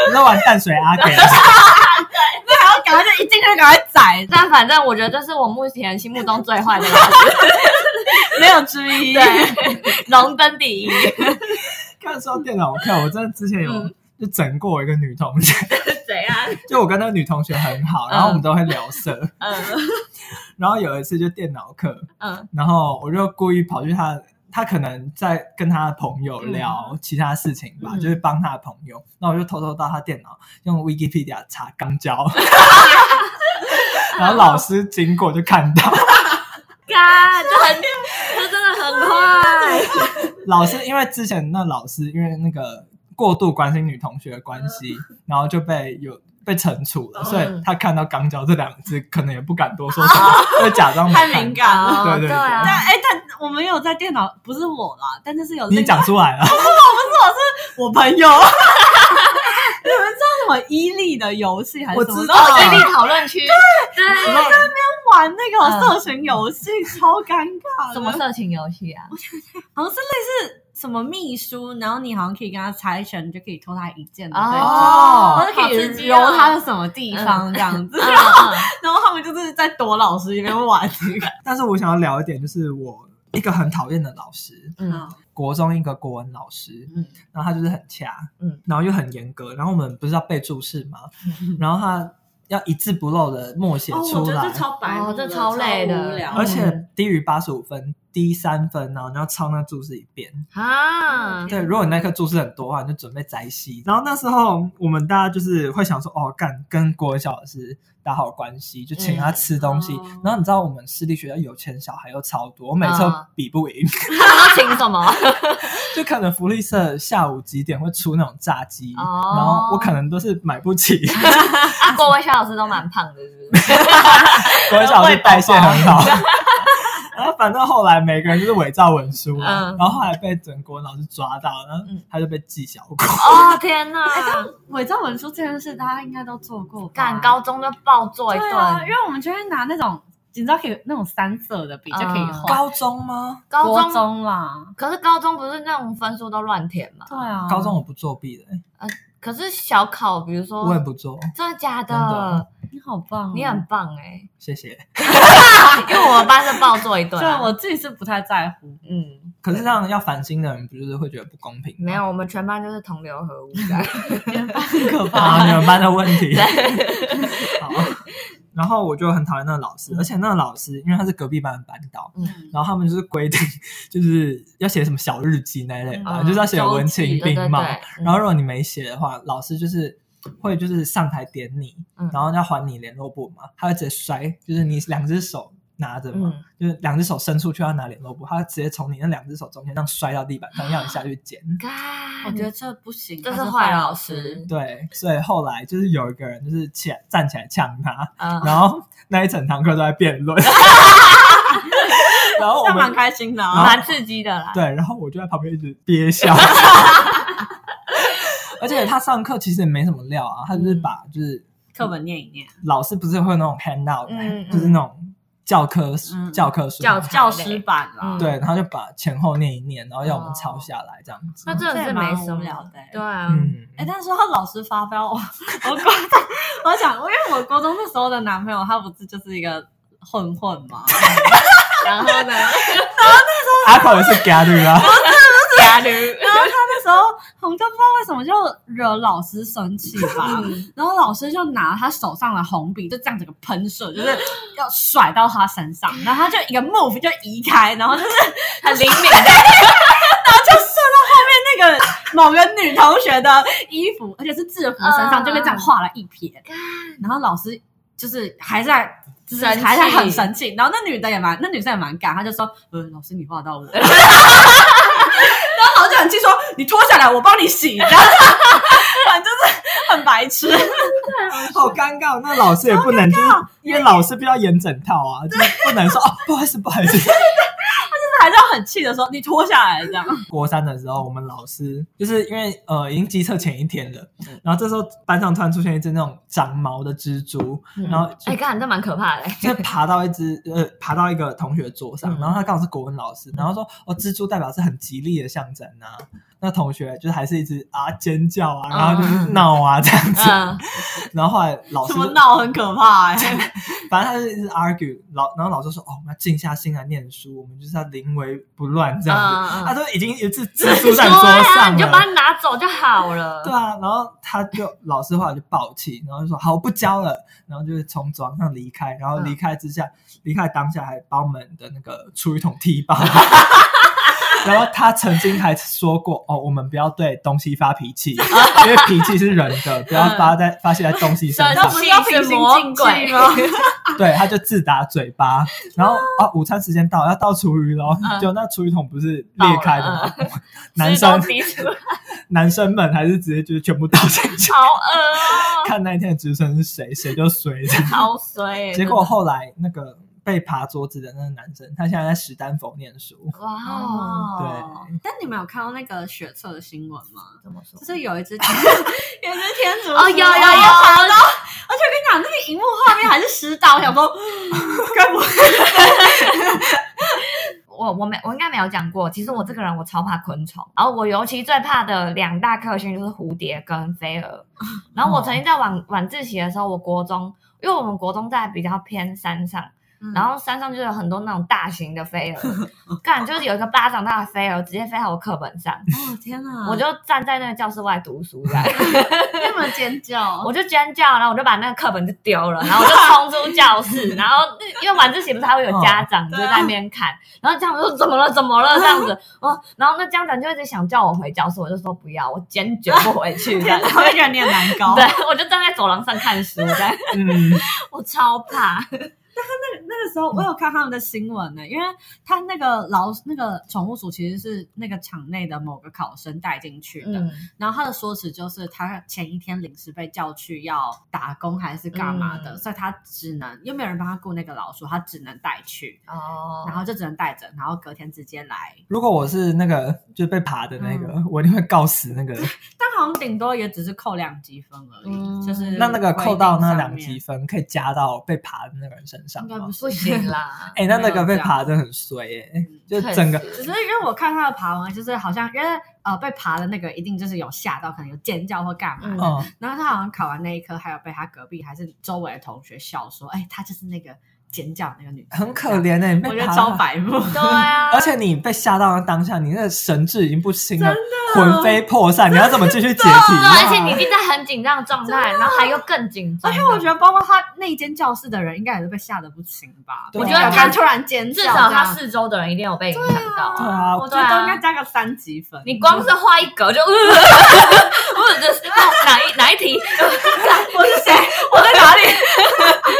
B: 你在玩淡水阿
C: [laughs]
B: 给？
D: 然后赶快就一进去就赶快宰，
C: 但反正我觉得这是我目前心目中最坏的老师，
D: 没有之一。 [laughs]
C: 对，荣登第一。
B: 看说到电脑课，我真的之前有
C: 嗯
B: 就整过我一个女同学， [laughs]
C: 怎样？
B: 就我跟那个女同学很好，然后我们都会聊色。
C: 嗯
B: 然后有一次就电脑课，
C: 嗯
B: 然后我就故意跑去他，他可能在跟他的朋友聊其他事情吧，
C: 嗯
B: 就是帮他的朋友。那我就偷偷到他电脑用 Wikipedia 查肛
C: [laughs]
B: 交，然后老师经过就看到，
C: 干这很，这真的很坏。
B: 老师因为之前那老师因为那个过度关心女同学的关系，
D: 嗯
B: 然后就被有。被惩处了，所以他看到“肛交”这两个字，可能也不敢多说什么，就假装没
D: 啊太
B: 看
D: 敏
B: 到。
D: 感了。
C: 哦
B: 对对对
D: 但
C: 啊，
D: 哎、但我们有在电脑，不是我啦，但就是有
B: 你
D: [laughs]
B: 讲出来了，
D: 我朋友，你们知道什么伊利的游戏还是
B: 我
D: 什么？
B: 知道
C: 哦，最近讨论区，对，
B: 然后
D: 玩那个社群游戏，超尴尬的。
C: 什么色情游戏啊？
D: 好像是类似什么秘书，然后你好像可以跟他猜拳，你就可以偷他一件
B: [laughs]
D: 的对象。
B: 哦
D: 然后就可以揉他的什么地 [laughs] 方这样子，然后他们就是在躲老师一边玩这个。
B: 但是我想要聊一点，就是我一个很讨厌的老师，
C: 嗯
B: 国中一个国文老师，
C: 嗯
B: 然后他就是很掐，
C: 嗯
B: 然后又很严格，然后我们不是要背注释吗？
D: 嗯
B: 然后他要一字不漏的默
D: 哦
B: 写出来，
C: 白目的
D: 这
C: 哦超累的
D: 无聊
B: 而且低于八十五分，低三分，啊然后你要抄那注释一遍。
C: 啊，
B: 对，如果你那颗注释很多的话，你就准备摘戏。然后那时候我们大家就是会想说，哦，干跟国文小老师打好关系，就请他吃东西。
D: 嗯哦
B: 然后你知道我们私立学校有钱小孩又超多，我每次都
C: 啊
B: 比不赢。 [laughs]
C: 他要请什么？
B: 就可能福利社下午几点会出那种炸鸡，
C: 哦
B: 然后我可能都是买不起。
C: 啊，郭文小老师都蛮胖的，是不是？
B: 国小是代谢很好， [laughs] 然后反正后来每个人就是伪造文书啊，
C: 嗯
B: 然后后来被整国文老师抓到，然后
C: 嗯
B: 他就被记小过。
C: 哦天哪！
D: 伪造文书这件事，大家应该都做过吧，
C: 干高中就暴做一
D: 对啊，因
C: 顿，
D: 为我们就会拿那种你知道可以那种三色的笔就可以画。
B: 高中吗？
C: 嗯高
D: 国
C: 中
D: 中啦，
C: 可是高中不是那种分数都乱填嘛？
D: 对啊，
B: 高中我不作弊的、欸
C: 可是小考，比如说，
B: 我也不做，
C: 真的假
B: 真的
C: 的？
D: 你好棒哦，
C: 你很棒哎，
B: 谢谢。
C: 因为我们班是暴做一顿
D: 对
C: 啊。
D: 我自己是不太在乎，
C: 嗯，
B: 可是这样要烦心的人，不就是会觉得不公平吗？
C: 没有，我们全班就是同流 [laughs] 合污的。
D: 很可怕。
B: [laughs]
C: [laughs]
B: 啊，你们班的问题。好，然后我就很讨厌那个老师，
C: 嗯
B: 而且那个老师因为他是隔壁班的班导，
A: 嗯，
B: 然后他们就是规定 [laughs] 就是要写什么小日记那一类
C: 嗯
B: 吧，就是要写文情并茂。
C: 对对对嗯
B: 然后如果你没写的话，老师就是会就是上台点你，
C: 嗯
B: 然后要还你联络簿嘛，他会直接摔，就是你两只手拿着嘛，
C: 嗯
B: 就是两只手伸出去要拿联络簿，他直接从你那两只手中间这样摔到地板上，让你下去捡。
C: 嘎
D: 我觉得这不行，
C: 这
D: 他
C: 是
D: 是
C: 坏老
D: 老
C: 师。
B: 对，所以后来就是有一个人就是起来站起来呛他，
C: 嗯，
B: 然后那一整堂课都在辩
A: [laughs]
B: 论，然后我
A: 那蛮
B: 们
A: 开心的
B: [laughs]
A: 啊。
C: 蛮刺激的啦。
B: 对，然后我就在旁边一直憋笑。 [laughs] 而且他上课其实也没什么料啊，他
A: 嗯
B: 就是把就是
A: 课本念一念，
B: 老师不是会有那种 handout，、
C: 嗯嗯
B: 就是那种教科、
A: 嗯
B: 教科书，
C: [laughs] 教材
A: 教师版啦
C: 嗯。
B: 对，然后就把前后念一念，然后要我们抄下来这样子。
C: 那真的
A: 哦这
C: 是
A: 也
C: 没
A: 蛮
C: 什
A: 无
C: 么
A: 聊的欸
C: 对啊，
B: 嗯，
D: 哎、但是说到老师发飙，我 [laughs] 我高中，我想，因为我高中那时候的男朋友，他不是就是一个混混嘛，
C: [laughs] 然后 [laughs] 呢，
B: 阿考也是 g a t h e 啊，
C: 假如
D: 然后他那时候我们就不知道为什么就惹老师生气吧，然后老师就拿他手上的红笔就这样整个喷射，就是要甩到他身上，然后他就一个 move 就移开，然后就是
C: 很灵敏的，
D: 就射到后面那个某个女同学的衣服，而且是制服身上，
C: 嗯
D: 就被这样画了一
C: [laughs]
D: 撇。然后老师就是还在，就是
C: 生气
D: 还在很生气。然后那女的也蛮，那女生也蛮敢，她就说：“呃，老师你画
C: [laughs]
D: 到我。”然后老师就很气说：“你脱下来， [laughs] 我帮你洗。”然后反正就是很
C: [laughs]
D: 白痴。
B: [laughs] 好尴尬。那老师也不能就是，因为老师必须要演整套啊，就是不能说哦， [laughs] 不好意思，不好意思。
D: 还是很气的说：“你脱下来。”这样，
B: 国三的时候，我们老师就是因为呃已经机测前一天了，
C: 嗯
B: 然后这时候班上突然出现一只那种长毛的蜘蛛，
C: 嗯
B: 然后就
C: [laughs] 哎，干，这蛮可怕的。
B: 就爬到一只呃，爬到一个同学桌上，
C: 嗯
B: 然后他刚好是国文老师，然后说哦，蜘蛛代表是很吉利的象征啊。那同学就是还是一直啊尖叫啊，然后
C: 哦
B: 就是闹啊这样子，
C: 嗯，
B: 然后后来老师
D: 什么闹很可怕哎、
B: [laughs] 反正他就一直 argue，老然后老师说哦，我们要静下心来念书，我们就是要临危不乱这样子。
C: 嗯嗯嗯
B: 他都已经一只蜘蛛在你桌
C: 说啊
B: 上
C: 你就把
B: 了。
C: 它拿走就好了。
B: 对啊，然后他就老师后来就暴气，然后就说好我不教了，然后就是从走廊上离开，然
D: 嗯
B: 后离开之下，离开当下还把我们的那个厨余桶踢
D: [laughs]
B: 爆。然后他曾经还说过哦，我们不要对东西发脾气，因为脾气是人
D: [laughs]
B: 的，不要发在发泄在东西身
C: 生
B: 上。
D: 不是要
C: 气是
D: 平心
C: 魔
D: 静
C: 鬼
D: 气吗？
C: [laughs]
B: 对，他就自打嘴巴，然后啊，午餐时间到了，要倒厨余喽，
C: 嗯
B: 就那厨余桶不是裂开的吗？ [laughs] 男生
C: 哦吃东西出来
B: 男生们还是直接就是全部倒进去，
C: 好恶
B: [laughs]
C: 哦，
B: 看那一天的职称是谁，谁就谁这样。
C: 超衰。欸
B: 结果后来那个被爬桌子的那个男生，他现在在史丹佛念书，
C: 哇哦，
D: 哦，但你们有看到那个学测的新闻吗？
C: 怎么说
D: 就？是有一 [laughs] 只，有一只天竺
C: 哦，有有有，
D: 然后而且我跟你讲，那个荧幕画面还是湿到，我想说，该不会
C: 我我没我应该没有讲过，其实我这个人我超怕昆虫，然后我尤其最怕的两大克星就是蝴蝶跟飞蛾。然后我曾经在晚晚自习的时候，我国中，因为我们国中在比较偏山上，
D: 嗯
C: 然后山上就有很多那种大型的飞蛾，干就是有一个巴掌大的飞蛾直接飞到我课本上，
D: 哦天哪
C: 我就站在那个教室外读书这样。
D: 那么尖 [laughs] 叫，
C: 我就尖叫，然后我就把那个课本就丢了，然后我就冲出教室，然后
D: [laughs]
C: 因为晚自习不是还会有家长就
D: 对啊
C: 在那边看，然后家长说怎么了怎么了这
D: [laughs]
C: 样子，哦，然后那家长就一直想叫我回教室，我就说不要，我坚决不回
D: [laughs]
C: 去。这样
D: 哪，会觉得你很难搞
C: 对，我就站在走廊上看书，这样
B: 嗯，
C: 我超怕。
D: 那个时候我有看他们的新闻呢、因为他那个老那个宠物鼠其实是那个场内的某个考生带进去的，
C: 嗯，
D: 然后他的说辞就是他前一天临时被叫去要打工还是干嘛的，
C: 嗯
D: 所以他只能又没有人帮他雇那个老鼠，他只能带去，
C: 哦
D: 然后就只能带着，然后隔天直接来
B: [laughs] 如果我是那个就是被爬的那个，
C: 嗯
B: 我一定会告死那个。
D: 但好像顶多也只是扣两积分而已，
C: 嗯
D: 就是
B: 那那个扣到那两积
D: 积，
B: 分，可以加到被爬的那个人身上
D: 应该
B: 吗，
D: 不？
C: 不行啦
B: 哎、那那
D: 没
B: 个
D: 有
B: 被
D: 这样
B: 爬真的很衰哎、就
C: 确
B: 整个
C: 实
D: 只是因为我看他的爬文，啊就是好像因为呃被爬的那个一定就是有吓到，可能有尖叫或干嘛的。
C: 嗯
B: 哦，
D: 然后他好像考完那一科，还有被他隔壁还是周围的同学笑说：“哎、他就是那个尖叫那个女生，
B: 很可。怜哎、欸，”
D: 我
B: [laughs] 被
D: 觉得
B: 爬
D: 超
B: [laughs] 到
D: 白目，
C: 对啊，
B: 而且你被吓到的当下，你那个神志已经不清了，真的，魂飞魄散，你要怎么继续解
C: 对，啊
B: 题？
C: 而且你已经在很紧张的状态，然后还又更紧张
D: 啊而
C: 的。
D: 且我觉得，包括他那一间教室的人，应该也是被吓得不轻吧？
B: 对啊
D: 我觉得他突然尖叫
C: 至
D: 这样，
C: 少他四周的人一定有被影响到
B: 对
C: 啊。
B: 啊，
D: 我觉得都应该加个三级分。
C: 你光是画一格就，呃，我这是哪一哪一题？
D: 我是谁？我在哪里？
C: [laughs]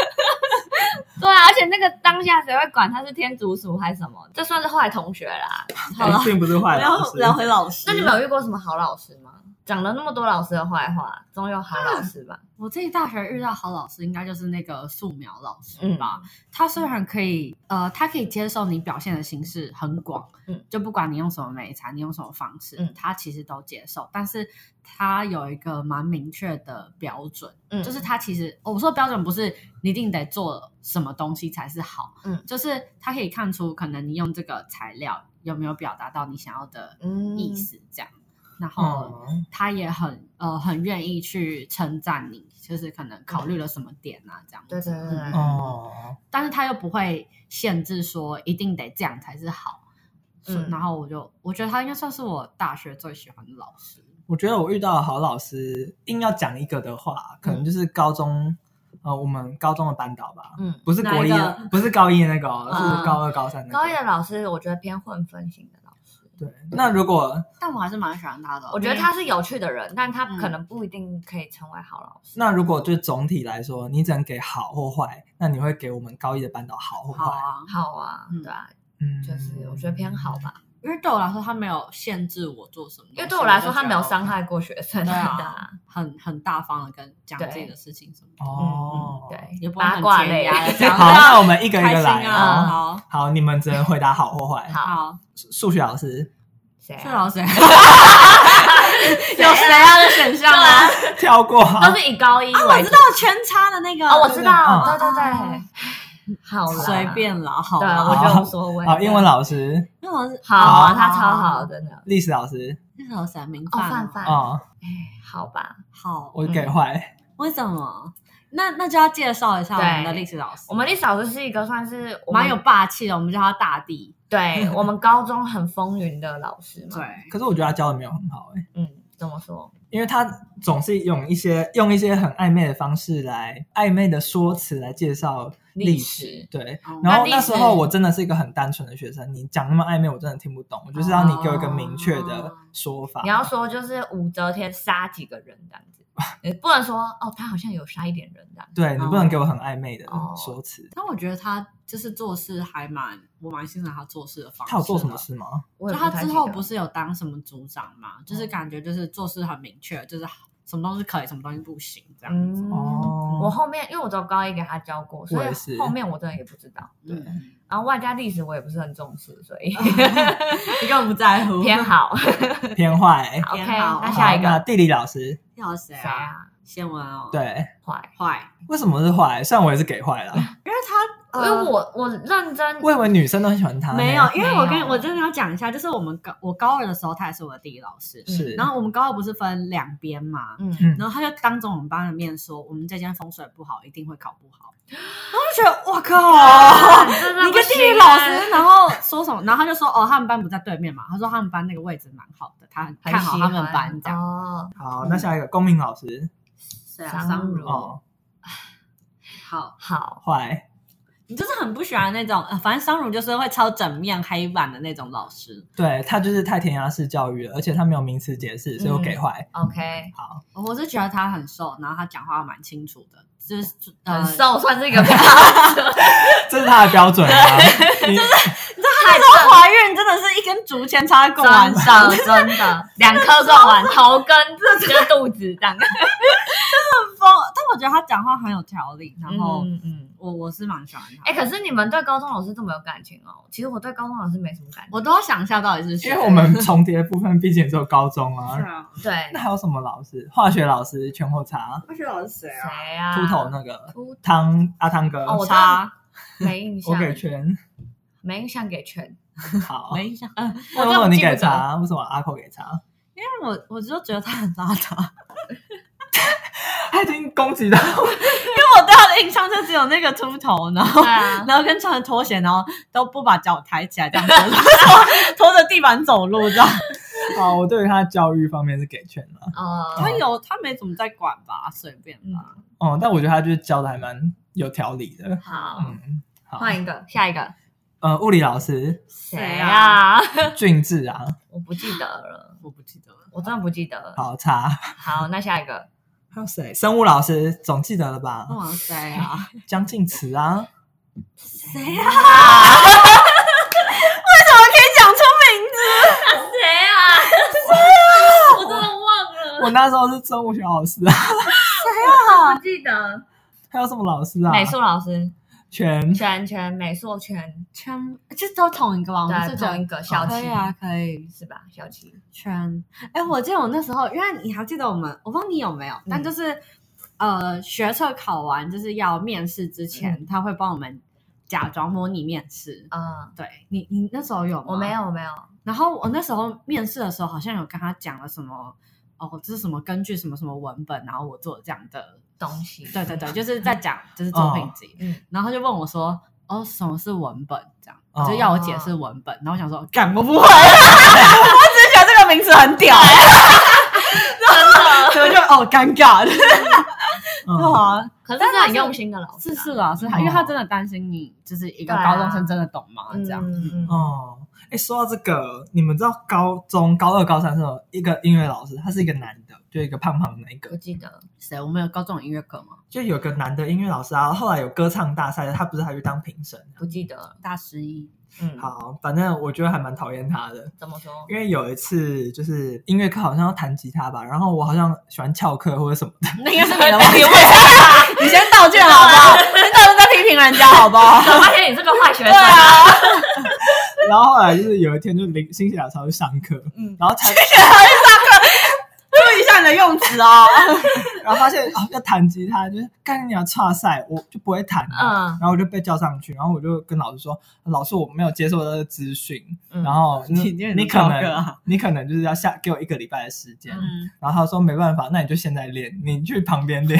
C: 对啊，而且那个当下谁会管他是天竺鼠还是什么？这算是坏同学啦。好了
B: 哎，并不是坏
D: 然
B: 老
D: 后
B: 师。
D: 聊回老师，
C: 那你们有遇过什么好老师吗？讲了那么多老师的坏话，总有好老师吧？
D: 我自己大学遇到好老师，应该就是那个素描老师
C: 嗯
D: 吧。他虽然可以，呃，他可以接受你表现的形式很广，
C: 嗯
D: 就不管你用什么美材，你用什么方式，
C: 嗯
D: 他其实都接受。但是他有一个蛮明确的标准，
C: 嗯
D: 就是他其实、哦我说标准不是你一定得做什么东西才是好，
C: 嗯
D: 就是他可以看出可能你用这个材料有没有表达到你想要的
C: 嗯哦
D: 意思，这样。然后
B: 嗯，
D: 他也很呃很愿意去称赞你，就是可能考虑了什么点啊这样子。
C: 对对对对
D: 嗯
B: 哦，
D: 但是他又不会限制说一定得这样才是好。
C: 嗯
D: 嗯、然后我就我觉得他应该算是我大学最喜欢的老师。
B: 我觉得我遇到的好老师，硬要讲一个的话，可能就是高中，呃，我们高中的班导吧，
C: 嗯，
D: 哦
B: 不是国一
D: 哪一
B: 的，不是高一的那个哦，
C: 嗯
B: 是高二、高三那个。
C: 高一的老师我觉得偏混分型的老师，
B: 对，那如果
D: 但我还是蛮喜欢他的。
C: 我觉得他是有趣的人，但他
D: 嗯
C: 可能不一定可以成为好老师。
B: 那如果就总体来说，你只能给好或坏，那你会给我们高一的班导好或
D: 好
B: 坏？
D: 啊，
C: 好啊，
D: 嗯
C: 对啊，
B: 嗯，
C: 就是我觉得偏好吧，
D: 因为对我来说他没有限制我做什么，
C: 因为对我来说他没有
D: 伤
C: 伤
D: 害，
C: 害过学生，
D: 对啊
C: 的，
D: 很很大方的跟讲自己的事情什么的，
B: 哦，
C: 嗯对，
D: 也不会
C: 八
D: 很
C: 卦
D: 填
C: [laughs] 类啊
D: 鸭，
C: 这样
B: 好，那我们一个一
D: 开
B: 个
D: 心
B: 来
D: 啊，
B: 哦。
D: 好
B: 好，你们只能回答好或坏。
C: 好
D: 好，
B: 数学老师
C: 谁
D: 是
C: 啊？
D: 老师。 [laughs] 有谁啊的选项啊？
B: 跳过啊，
C: 都是以高一
D: 啊，我
C: 为
D: 知
C: 主
D: 道。圈叉的那个，
C: 哦，我知道，哦
B: 对
C: 对对
D: 嗯
C: 对，好啦，
D: 随，便啦，好
C: 对，啊
D: 啦，
C: 我觉得无所谓。
B: 好，英文老师、
D: 那老师
C: 好啊，他超好，真的。
B: 历史老师
D: 那老师明
C: 哦，
D: 饭啊
C: 范范，
B: 哦，
C: 哎，好吧，
D: 好，
B: 我给坏。
D: 为什么？那那就要介绍一下我们的历史老师，
C: 我们历史老师是一个算是哦我们
D: 蛮有霸气的，我们叫他大帝，
C: [laughs] 对我们高中很风云的老师嘛。
D: 对，
B: 可是我觉得他教的没有很好哎，
C: 嗯，怎么说？
B: 因为他总是用一些用一些很暧昧的方式来暧昧的说辞来介绍历
C: 历
B: 史。
C: 史，
B: 对，
D: 哦
B: 然
C: 那
B: 后
C: 历
B: 那时
C: 史
B: 候我真的是一个很单纯的学生，你讲那么暧昧，我真的听不懂。我就是要你给我一个明确的说法。
C: 你要说就是武则天杀几个人这样 [laughs] 子，也不能说哦，他好像有杀一点人这样子。
B: 对你不能给我很暧昧的
C: 哦
B: 说辞。
D: 但我觉得他就是做事还蛮，我蛮欣赏他做事的方式。
B: 他有做什么？事吗？
C: 我
D: 就
C: 也
D: 他
C: 太
D: 之
C: 记
D: 后
C: 得
D: 不是有当什么组长嘛？就是感觉就是做事很明确，就是什么东西可以，什么东西不行这样子。
C: 嗯我
B: 哦，
C: 后面因为我只有高一给他教过，所
B: 我也是
C: 以后面我真的也不知道。对，
D: 嗯， [laughs]
C: 然后外加历史我也不是很重视，所以
D: 你根本不在乎。
C: 偏好。
B: 偏坏。啊
C: OK，
D: 偏好
C: 那下一
B: 好那
C: 个
B: 地理老师，
D: 要谁
C: 谁
D: 啊？
C: 啊？
D: 先文哦，，
B: 对，
C: 坏，
D: 坏，
B: 为什么是坏？虽然我也是给坏了，
D: 因为他
C: 因为呃我我认真
B: 我以为女生都很喜欢他呢。
D: 没有，因为我
C: 啊没
D: 跟
C: 有
D: 我真的要讲一下，就是我们高我高二的时候，他也是我的地理老师。
B: 是，
D: 嗯然后我们高二不是分两边嘛，
C: 嗯
B: 嗯
D: 然后他就当着我们班的面说，我们这间风水不好，一定会考不好。然后就觉得我
C: [laughs]
D: 靠，
C: 啊真的
D: 你
C: 不
D: 跟
C: 行
D: 地理老
C: 啊
D: 师，然后说什么？然后他就说，哦，他们班不在对面嘛。他说他们班那个位置蛮好的，他很
C: 很
D: 看好
C: 喜
D: 他们
C: 欢
D: 班这样。
C: 哦，啊
B: 好，那下一个公民老师，
D: 是
C: 桑
D: 嗯
C: 如
B: 哦，
D: 好，
C: 好，
B: 坏，
D: 你就是很不喜欢那种，呃反正桑如就是会抄整面黑板的那种老师。
B: 对他就是太填鸭式教育了，而且他没有名词解释，所以我给坏。
C: OK，
B: 好，
D: 我是觉得他很瘦，然后他讲话蛮清楚的，就是呃，
C: 很瘦算是一个标准，
B: 这是他的标准吗？你
C: 太
D: 她怀孕真的是一根竹签插在贡丸
C: 真
D: 上，
C: 的真的，两颗贡丸，头跟这个肚子这样。
D: 风。但我觉得他讲话很有条理，然后
C: 嗯嗯，
D: 我我是蛮喜欢他。
C: 哎，可是你们对高中老师这么有感情哦？其实我对高中老师没什么感情。
D: 我都要想一下到底是谁。
B: 因为我们重叠的部分毕竟只有高中啊
D: 是。啊，
C: 对
B: 那，还有什么老师？化学老师全后查，
D: 不知道是谁啊？
C: 谁啊？
B: 秃头那个
C: 秃头
B: 汤阿汤哥，
C: 哦我
D: 他
C: 没印 [laughs] 象，
B: 我给圈。
C: 没印象给 [laughs] 全。
B: [laughs] 好，嗯
D: 没印象，因
B: 那为什
C: 我
B: 么
C: 真的
B: 哦你
C: 记不
B: 给
C: 得
B: 查？为什么阿扣给查？
D: 为我我就觉得他很邋遢，
B: [laughs] 他已经攻击到 [laughs]
D: 因为我对他的印象就只有那个秃头，然后
C: 对啊，
D: 然后跟穿着 [laughs] 拖鞋，然后都不把脚抬起来这样子，拖着地板走路这样。
B: 啊，我对于他的教育方面是给劝了。
C: 哦
D: 他有他没怎么在管吧，随便
C: 嗯
D: 吧。
B: 哦，但我觉得他就是教的还蛮有条理的。
C: 好，
B: 嗯，好，
C: 换一个，下一个
B: 呃，物理老师
D: 谁
C: 啊？ [laughs]
B: 俊智啊，
C: 我不记得了，
D: 我不记得了，
C: 我真的不记得了。
B: 好差。
C: 好，那下一个
B: 还有谁？哦生物老师总记得了吧？
D: 哇塞啊！
B: 江静慈啊，
C: 谁啊？为什么可以讲出名字？ [laughs] 谁啊？我真的忘了，
B: 我那时候是生物学老师啊，
C: 我不记得。
B: 还有什么老师啊？
C: 美术老师，
B: 全
C: 全全美术全，
D: 圈这都同一个吧？我们
C: 对，
D: 是
C: 同一个小
D: 可
C: 七
D: 以啊，可以
C: 是吧？小七，
D: 圈。哎，
C: 嗯
D: 我记得我那时候，因为你还记得我们，我不知道你有没有，但就是呃，学测考完就是要面试之前，他会帮我们假装模拟面试。
C: 嗯，
D: 对你，你那时候有吗？
C: 我没有，我没有，
D: 然后我那时候面试的时候，好像有跟他讲了什么，哦，这是什么根据什么什么文本，然后我做这样的，
C: 东西，
D: 对对对，就是在讲就是作品集，
C: 嗯
D: 然后他就问我说，哦，什么是文本？这样
B: 哦
D: 就要我解释文本，然后我想说，干我不
B: [laughs]
D: 会，我只是觉得这个名字很屌，
C: 真的。
B: [laughs]
D: 所以我就哦尴尬，
C: [laughs]
D: 对
B: 嗯
D: 啊，
C: 可是
D: 但
C: 这
D: 是
C: 很用心的老师
D: 是
C: 啊，
D: 是老师，因为他真的担心你就是一个高中生真的懂吗？
C: 嗯，
D: 这样，
C: 嗯，嗯
B: 哦。哎，说到这个，你们知道高中高二、高三的时候，一个音乐老师，他是一个男的，就一个胖胖的那一个
C: 我，记得，
D: 谁？我们有高中有音乐课吗？
B: 就有个男的音乐老师啊，后来有歌唱大赛，他不是还去当评审。
C: 不记得，
D: 大十一，
C: 嗯，，
B: 好，反正我觉得还蛮讨厌他的，
C: 怎么说？
B: 因为有一次就是音乐课好像要弹吉他吧，然后我好像喜欢翘课或者什么的，
D: 那个是你的问题，我也你先道歉好不好？你到底在批评人家好不 [laughs] 好？
C: 我发现你是个坏学生，
D: 啊，
B: 然后后来就是有一天就零星期两才会上课，
C: 嗯
B: 然后才
D: 注意一下你的用词哦。
B: [laughs] 然后发现哦要弹吉他，就是干你要岔赛，我就不会弹啊，
C: 嗯
B: 然后我就被叫上去，然后我就跟老师说，老师我没有接受到这个资讯，
C: 嗯
B: 然后你
D: [laughs] 你这人
B: 你可
D: 糟
B: 能、
D: 糕啊
B: 你可能就是要下给我一个礼拜的时间，
C: 嗯
B: 然后他说没办法，那你就现在练，你去旁边
D: [laughs]
B: 练，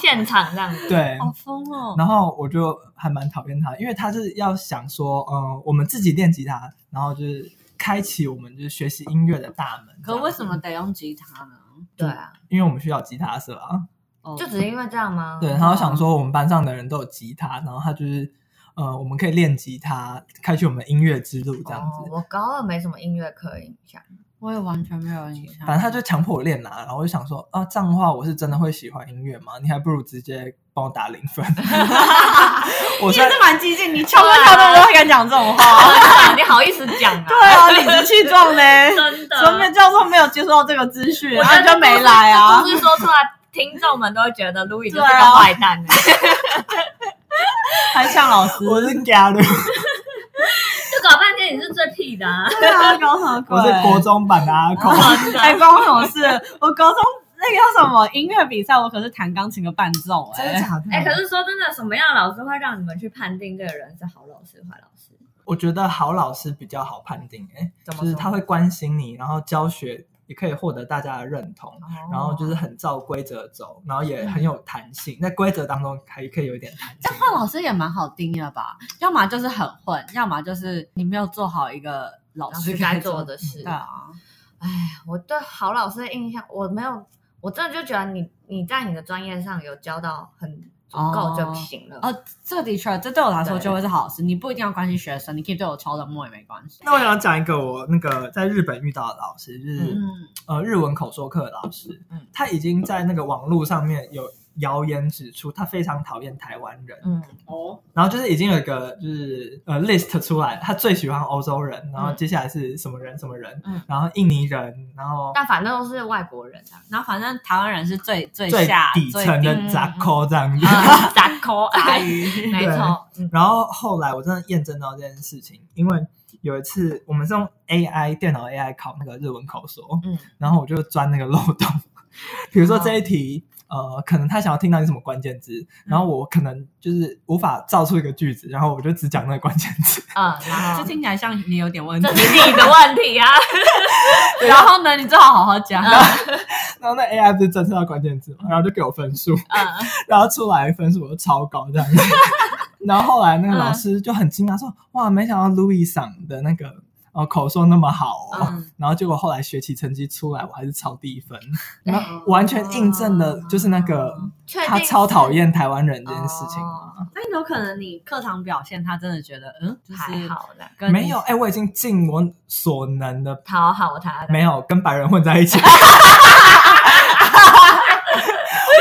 C: 现场这样
B: [laughs]
C: 子，
B: 对，
D: 好疯哦！
B: 然后我就还蛮讨厌他，因为他是要想说，嗯、我们自己练吉他，然后就是开启我们就是学习音乐的大门。
D: 可为什么得用吉他呢？
C: 对啊，
B: 这样？因为我们学校有吉他社啊，
D: 哦
C: 就只是因为这样吗？
B: 对，然后
D: 嗯
B: 想说我们班上的人都有吉他，然后他就是，呃，我们可以练吉他，开启我们音乐之路这样
C: 哦
B: 子。
C: 我高二没什么音乐课影响，
D: 我也完全没有印象。
B: 反正他就强迫我练啦、然后我就想说，啊，这样的话我是真的会喜欢音乐吗？你还不如直接帮我打零分。 [laughs] 我虽然
D: 蛮激 [laughs] 进，你敲
C: 对啊
D: 都不会敢讲这种话。
C: 哦你好意思讲 [laughs] 啊？
D: 对啊，理直气壮嘞。 [laughs]
C: 真的，
D: 什么教授没有接受到这个资讯，
C: 我
D: 然
C: 觉得
D: 后就没来
C: 这
D: 啊
C: 故？事说出来，听众们都会觉得 Louis 就是
D: 对
C: 个
D: 啊
C: 坏蛋欸，
D: 还呛老师？
B: 我是假的，
C: 就搞半天你是最屁的 [laughs] 啊。
D: 对啊，搞什么鬼
B: 我是国中版的
D: 哦
B: 阿空。
D: 还关我什么事？我高中那个叫什么音乐比赛，我可是弹钢琴的伴奏哎、
B: 假的
C: 哎、可是说真的，什么样的老师会让你们去判定这个人是好老师、坏老师？
B: 我觉得好老师比较好判定、欸，
C: 怎么
B: 就是
C: 说
B: 他会关心你，然后教学也可以获得大家的认同，
C: 哦
B: 然后就是很照规则走，然后也很有弹
C: 嗯
B: 性，在规则当中还可以有一点弹性。
D: 那老师也蛮好盯的吧？要么就是很混，要么就是你没有做好一个老
C: 老师
D: 师
C: 该做的事
D: 对啊，
C: 哎，我对好老师的印象，我没有，我真的就觉得你你在你的专业上有教到很足够就行了。
D: 哦，这的确，这对我来说
C: 对
D: 就会是好事。你不一定要关心学生，你可以对我超冷漠也没关系。
B: 那我想讲一个我那个在日本遇到的老师，就是、
D: 嗯，
B: 呃日文口说课的老师，
C: 嗯
B: 他已经在那个网络上面有谣言指出他非常讨厌台湾人，
C: 嗯，
D: 哦，
B: 然后就是已经有一个就是呃 list 出来，他最喜欢欧洲人，然后接下来是什么人什么人，
C: 嗯
B: 然后印尼人，然后
C: 但反正都是外国人啊。
D: 然后反正台湾人是最最
B: 最
D: 下
B: 底层
D: 最
B: 的
D: 低
C: 最
B: 杂扣这样子。
C: 啊 [laughs] 杂口
D: 杂
C: [laughs]
D: 鱼，
C: 没错，嗯
B: 然后后来我真的验证到这件事情，因为有一次我们是用 AI 电脑 AI 考那个日文口说，
C: 嗯
B: 然后我就钻那个漏洞， [laughs] 比如说这一题。呃，可能他想要听到你什么关键字，然后我可能就是无法造出一个句子，然后我就只讲那个关键字， [laughs]
C: [laughs] 嗯，
B: 啊
C: 然
D: 就
C: 后
D: 听起来像你有点问题
C: 这。是你的问题啊。 [laughs]
D: 然后呢，你最好好好讲。 [laughs]
B: 然后那 AI 不是侦测到关键字嘛，然后就给我分数，
C: 嗯，
B: 然后出来分数我就超高这样子。然后后来那个老师就很惊讶说：“哇，没想到 Louis 上的那个。哦口说那么好哦，
D: 嗯
B: 然后结果后来学期成绩出来，我还是超低分，那完全印证了就是那个
C: 确定
B: 他超讨厌台湾人这件事情嘛。
D: 那有可能你课堂表现，他真的觉得嗯，就是
C: 还好啦，
D: 跟你
B: 没
D: [laughs]
B: 有，哎、我已经尽我所能的，
C: 讨好他的。
B: 没有跟白人混在一起。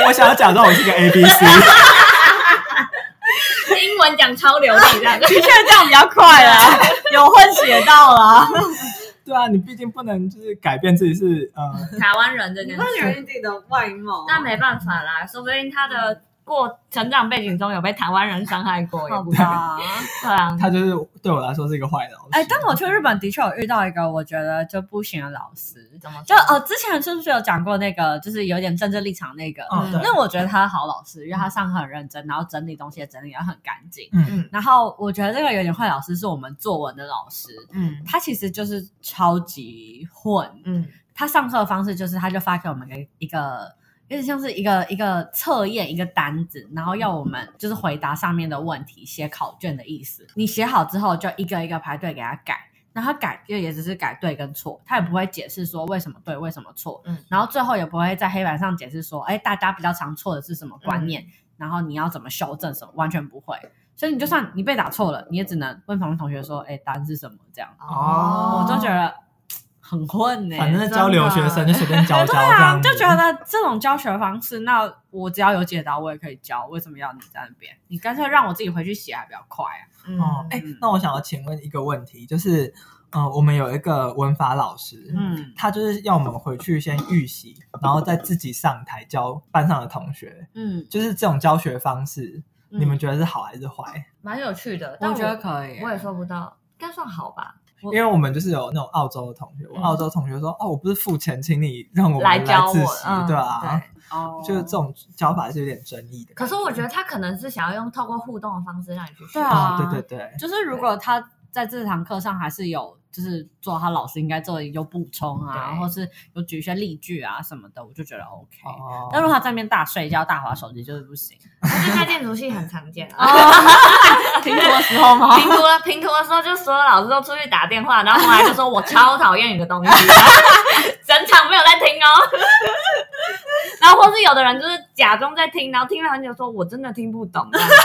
B: 我想要假装我是个 A B C， [laughs]
C: 英文讲超流利 [laughs] 的，
A: 的确这样比较快啦，
D: 啊 [laughs]
A: 有混血到了。
B: 对啊，你毕竟不能就是改变自己是呃，
C: 台湾人这
D: 你
C: 件
D: 会
C: 事
D: 留，意自己的外貌，啊
C: 那没办法啦，说不定他的过成长背景中有被台湾人伤害过，也
D: 好
C: 不
D: 吧？
C: 对啊，
B: 他就是对我来说是一个坏老师。
D: 哎，但我去日本的确有遇到一个我觉得就不行的老师，
C: 怎么
D: 就
C: 说
D: 呃之前是不是有讲过那个就是有点政治立场那个？
B: 嗯，对，
D: 那我觉得他好老师，因为
C: 嗯
D: 他上课很认真，然后整理东西也整理得很干净。
B: 嗯
D: 然后我觉得这个有点坏老师是我们作文的老师，
C: 嗯
D: 他其实就是超级混，
C: 嗯
D: 他上课的方式就是，他就发给我们一个一个，有点像是一个一个测验一个单子，然后要我们就是回答上面的问题，写考卷的意思。你写好之后，就一个一个排队给他改，然后他改就也只是改对跟错，他也不会解释说为什么对为什么错，
C: 嗯
D: 然后最后也不会在黑板上解释说，哎，大家比较常错的是什么观念，
C: 嗯
D: 然后你要怎么修正什么，完全不会。所以你就算你被答错了，你也只能问旁边同学说，哎，答案是什么这样。
B: 哦
D: 我就觉得很混呢、
B: 反正在交留学生就随便教教这样子，
D: 啊就觉得这种教学方式，那我只要有解答，我也可以教，为什么要你在那边？你干脆让我自己回去写还比较快啊。
C: 嗯
B: 哦，哎、那我想要请问一个问题，就是，呃，我们有一个文法老师，
D: 嗯
B: 他就是要我们回去先预习，然后再自己上台教班上的同学，
D: 嗯，
B: 就是这种教学方式，
D: 嗯
B: 你们觉得是好还是坏？
C: 蛮有趣的，但
D: 我觉得可以、
C: 我也说不到，应该算好吧，
D: 我
B: 因为我们就是有那种澳洲的同学，我
C: 嗯
B: 澳洲同学说，哦，我不是付钱请你让我们
C: 来教我
B: 自习，
C: 嗯
B: 对啊，
D: 哦，
B: 就是这种教法是有点争议的。
C: 可是我觉得他可能是想要用透过互动的方式让你去学
D: 对，啊
B: 啊、对对对，
D: 就是如果他在这堂课上还是有，就是做他老师应该做的有补充啊，
C: 对
D: 或是有举一些例句啊什么的，我就觉得 OK。
B: 哦，
D: 但如果他在那边大睡觉、大划手机，就是不
B: [laughs]
D: 行。
C: 我觉得在建筑系很常见啊。
D: 哦
C: [laughs]
D: 听说的时候吗？
C: 评图了，评图的时候就所有老师都出去打电话，然后后来就说我超讨厌你的东西，整场没有在听哦。 [laughs] 然后或是有的人就是假装在听，然后听了很久，说我真的听不
D: [laughs]
C: 懂。这样子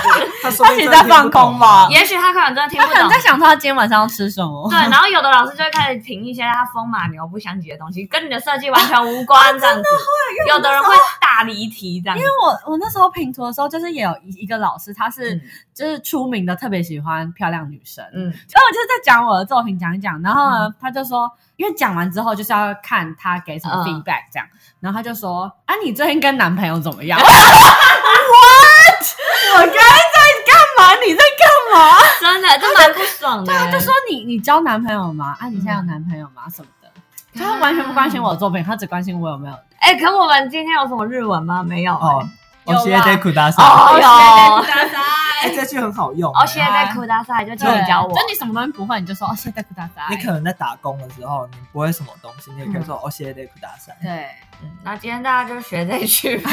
B: 他说不
A: 他其
B: 定
A: 实
B: 真的
A: 在放
B: 听不懂
A: 空吧
B: 啊
C: 也许他可能真的听
D: [laughs] 他
C: 不
D: 可能
C: 懂
D: 在。嗯想说他今天晚上要吃什么。
C: 对，然后有的老师就会开始评一些他风马牛不相及的东西，跟你的设计完全无关，这样
D: [laughs]
C: 子。
D: 啊
C: 有的人会大离题这样子。
D: 我我那时候评图的时候，就是也有一一个老师，他是、
C: 嗯
D: 就是出名的特别喜欢漂亮女生，
C: 嗯
D: 然后我就是在讲我的作品讲一讲，然后呢，他就说，因为讲完之后就是要看他给什么
C: 嗯
D: feedback 这样，然后他就说，啊，你最近跟男朋友
C: [laughs]
D: 怎么样？What？我刚才在干嘛？你在干嘛？
C: 真的，这蛮不爽的。
D: 他就说你你交男朋友吗？啊，你
C: 嗯
D: 现在有男朋友吗？什么的。就他完全不关心我的作品，他只关心我有没有。
C: 哎、可我们今天有什么日文吗？没有。
B: 哦，
D: 有
B: 哦，谢谢
D: 啦
B: d a k u d a
C: 哦有。
B: 哎，这句很好用，
C: 哦，现在在哭大赛哦就请你教我
D: 就。你什么东西不会，你就说哦，谢谢大家。
B: 你可能在打工的时候，你不会什么东西，你也可以说哦，谢谢雷库大赛。
D: 对，
C: 嗯那今天大家就学这一句吧，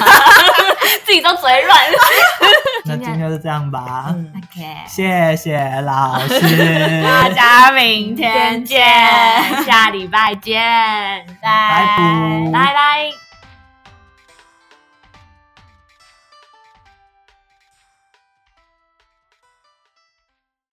C: [laughs] 自己都嘴软。
B: 那今天就这样吧，
C: 嗯 OK，
B: 谢谢老师，
D: 大家明天
C: 见，
D: 见。
C: 下礼拜见，
B: 拜拜
C: 拜拜。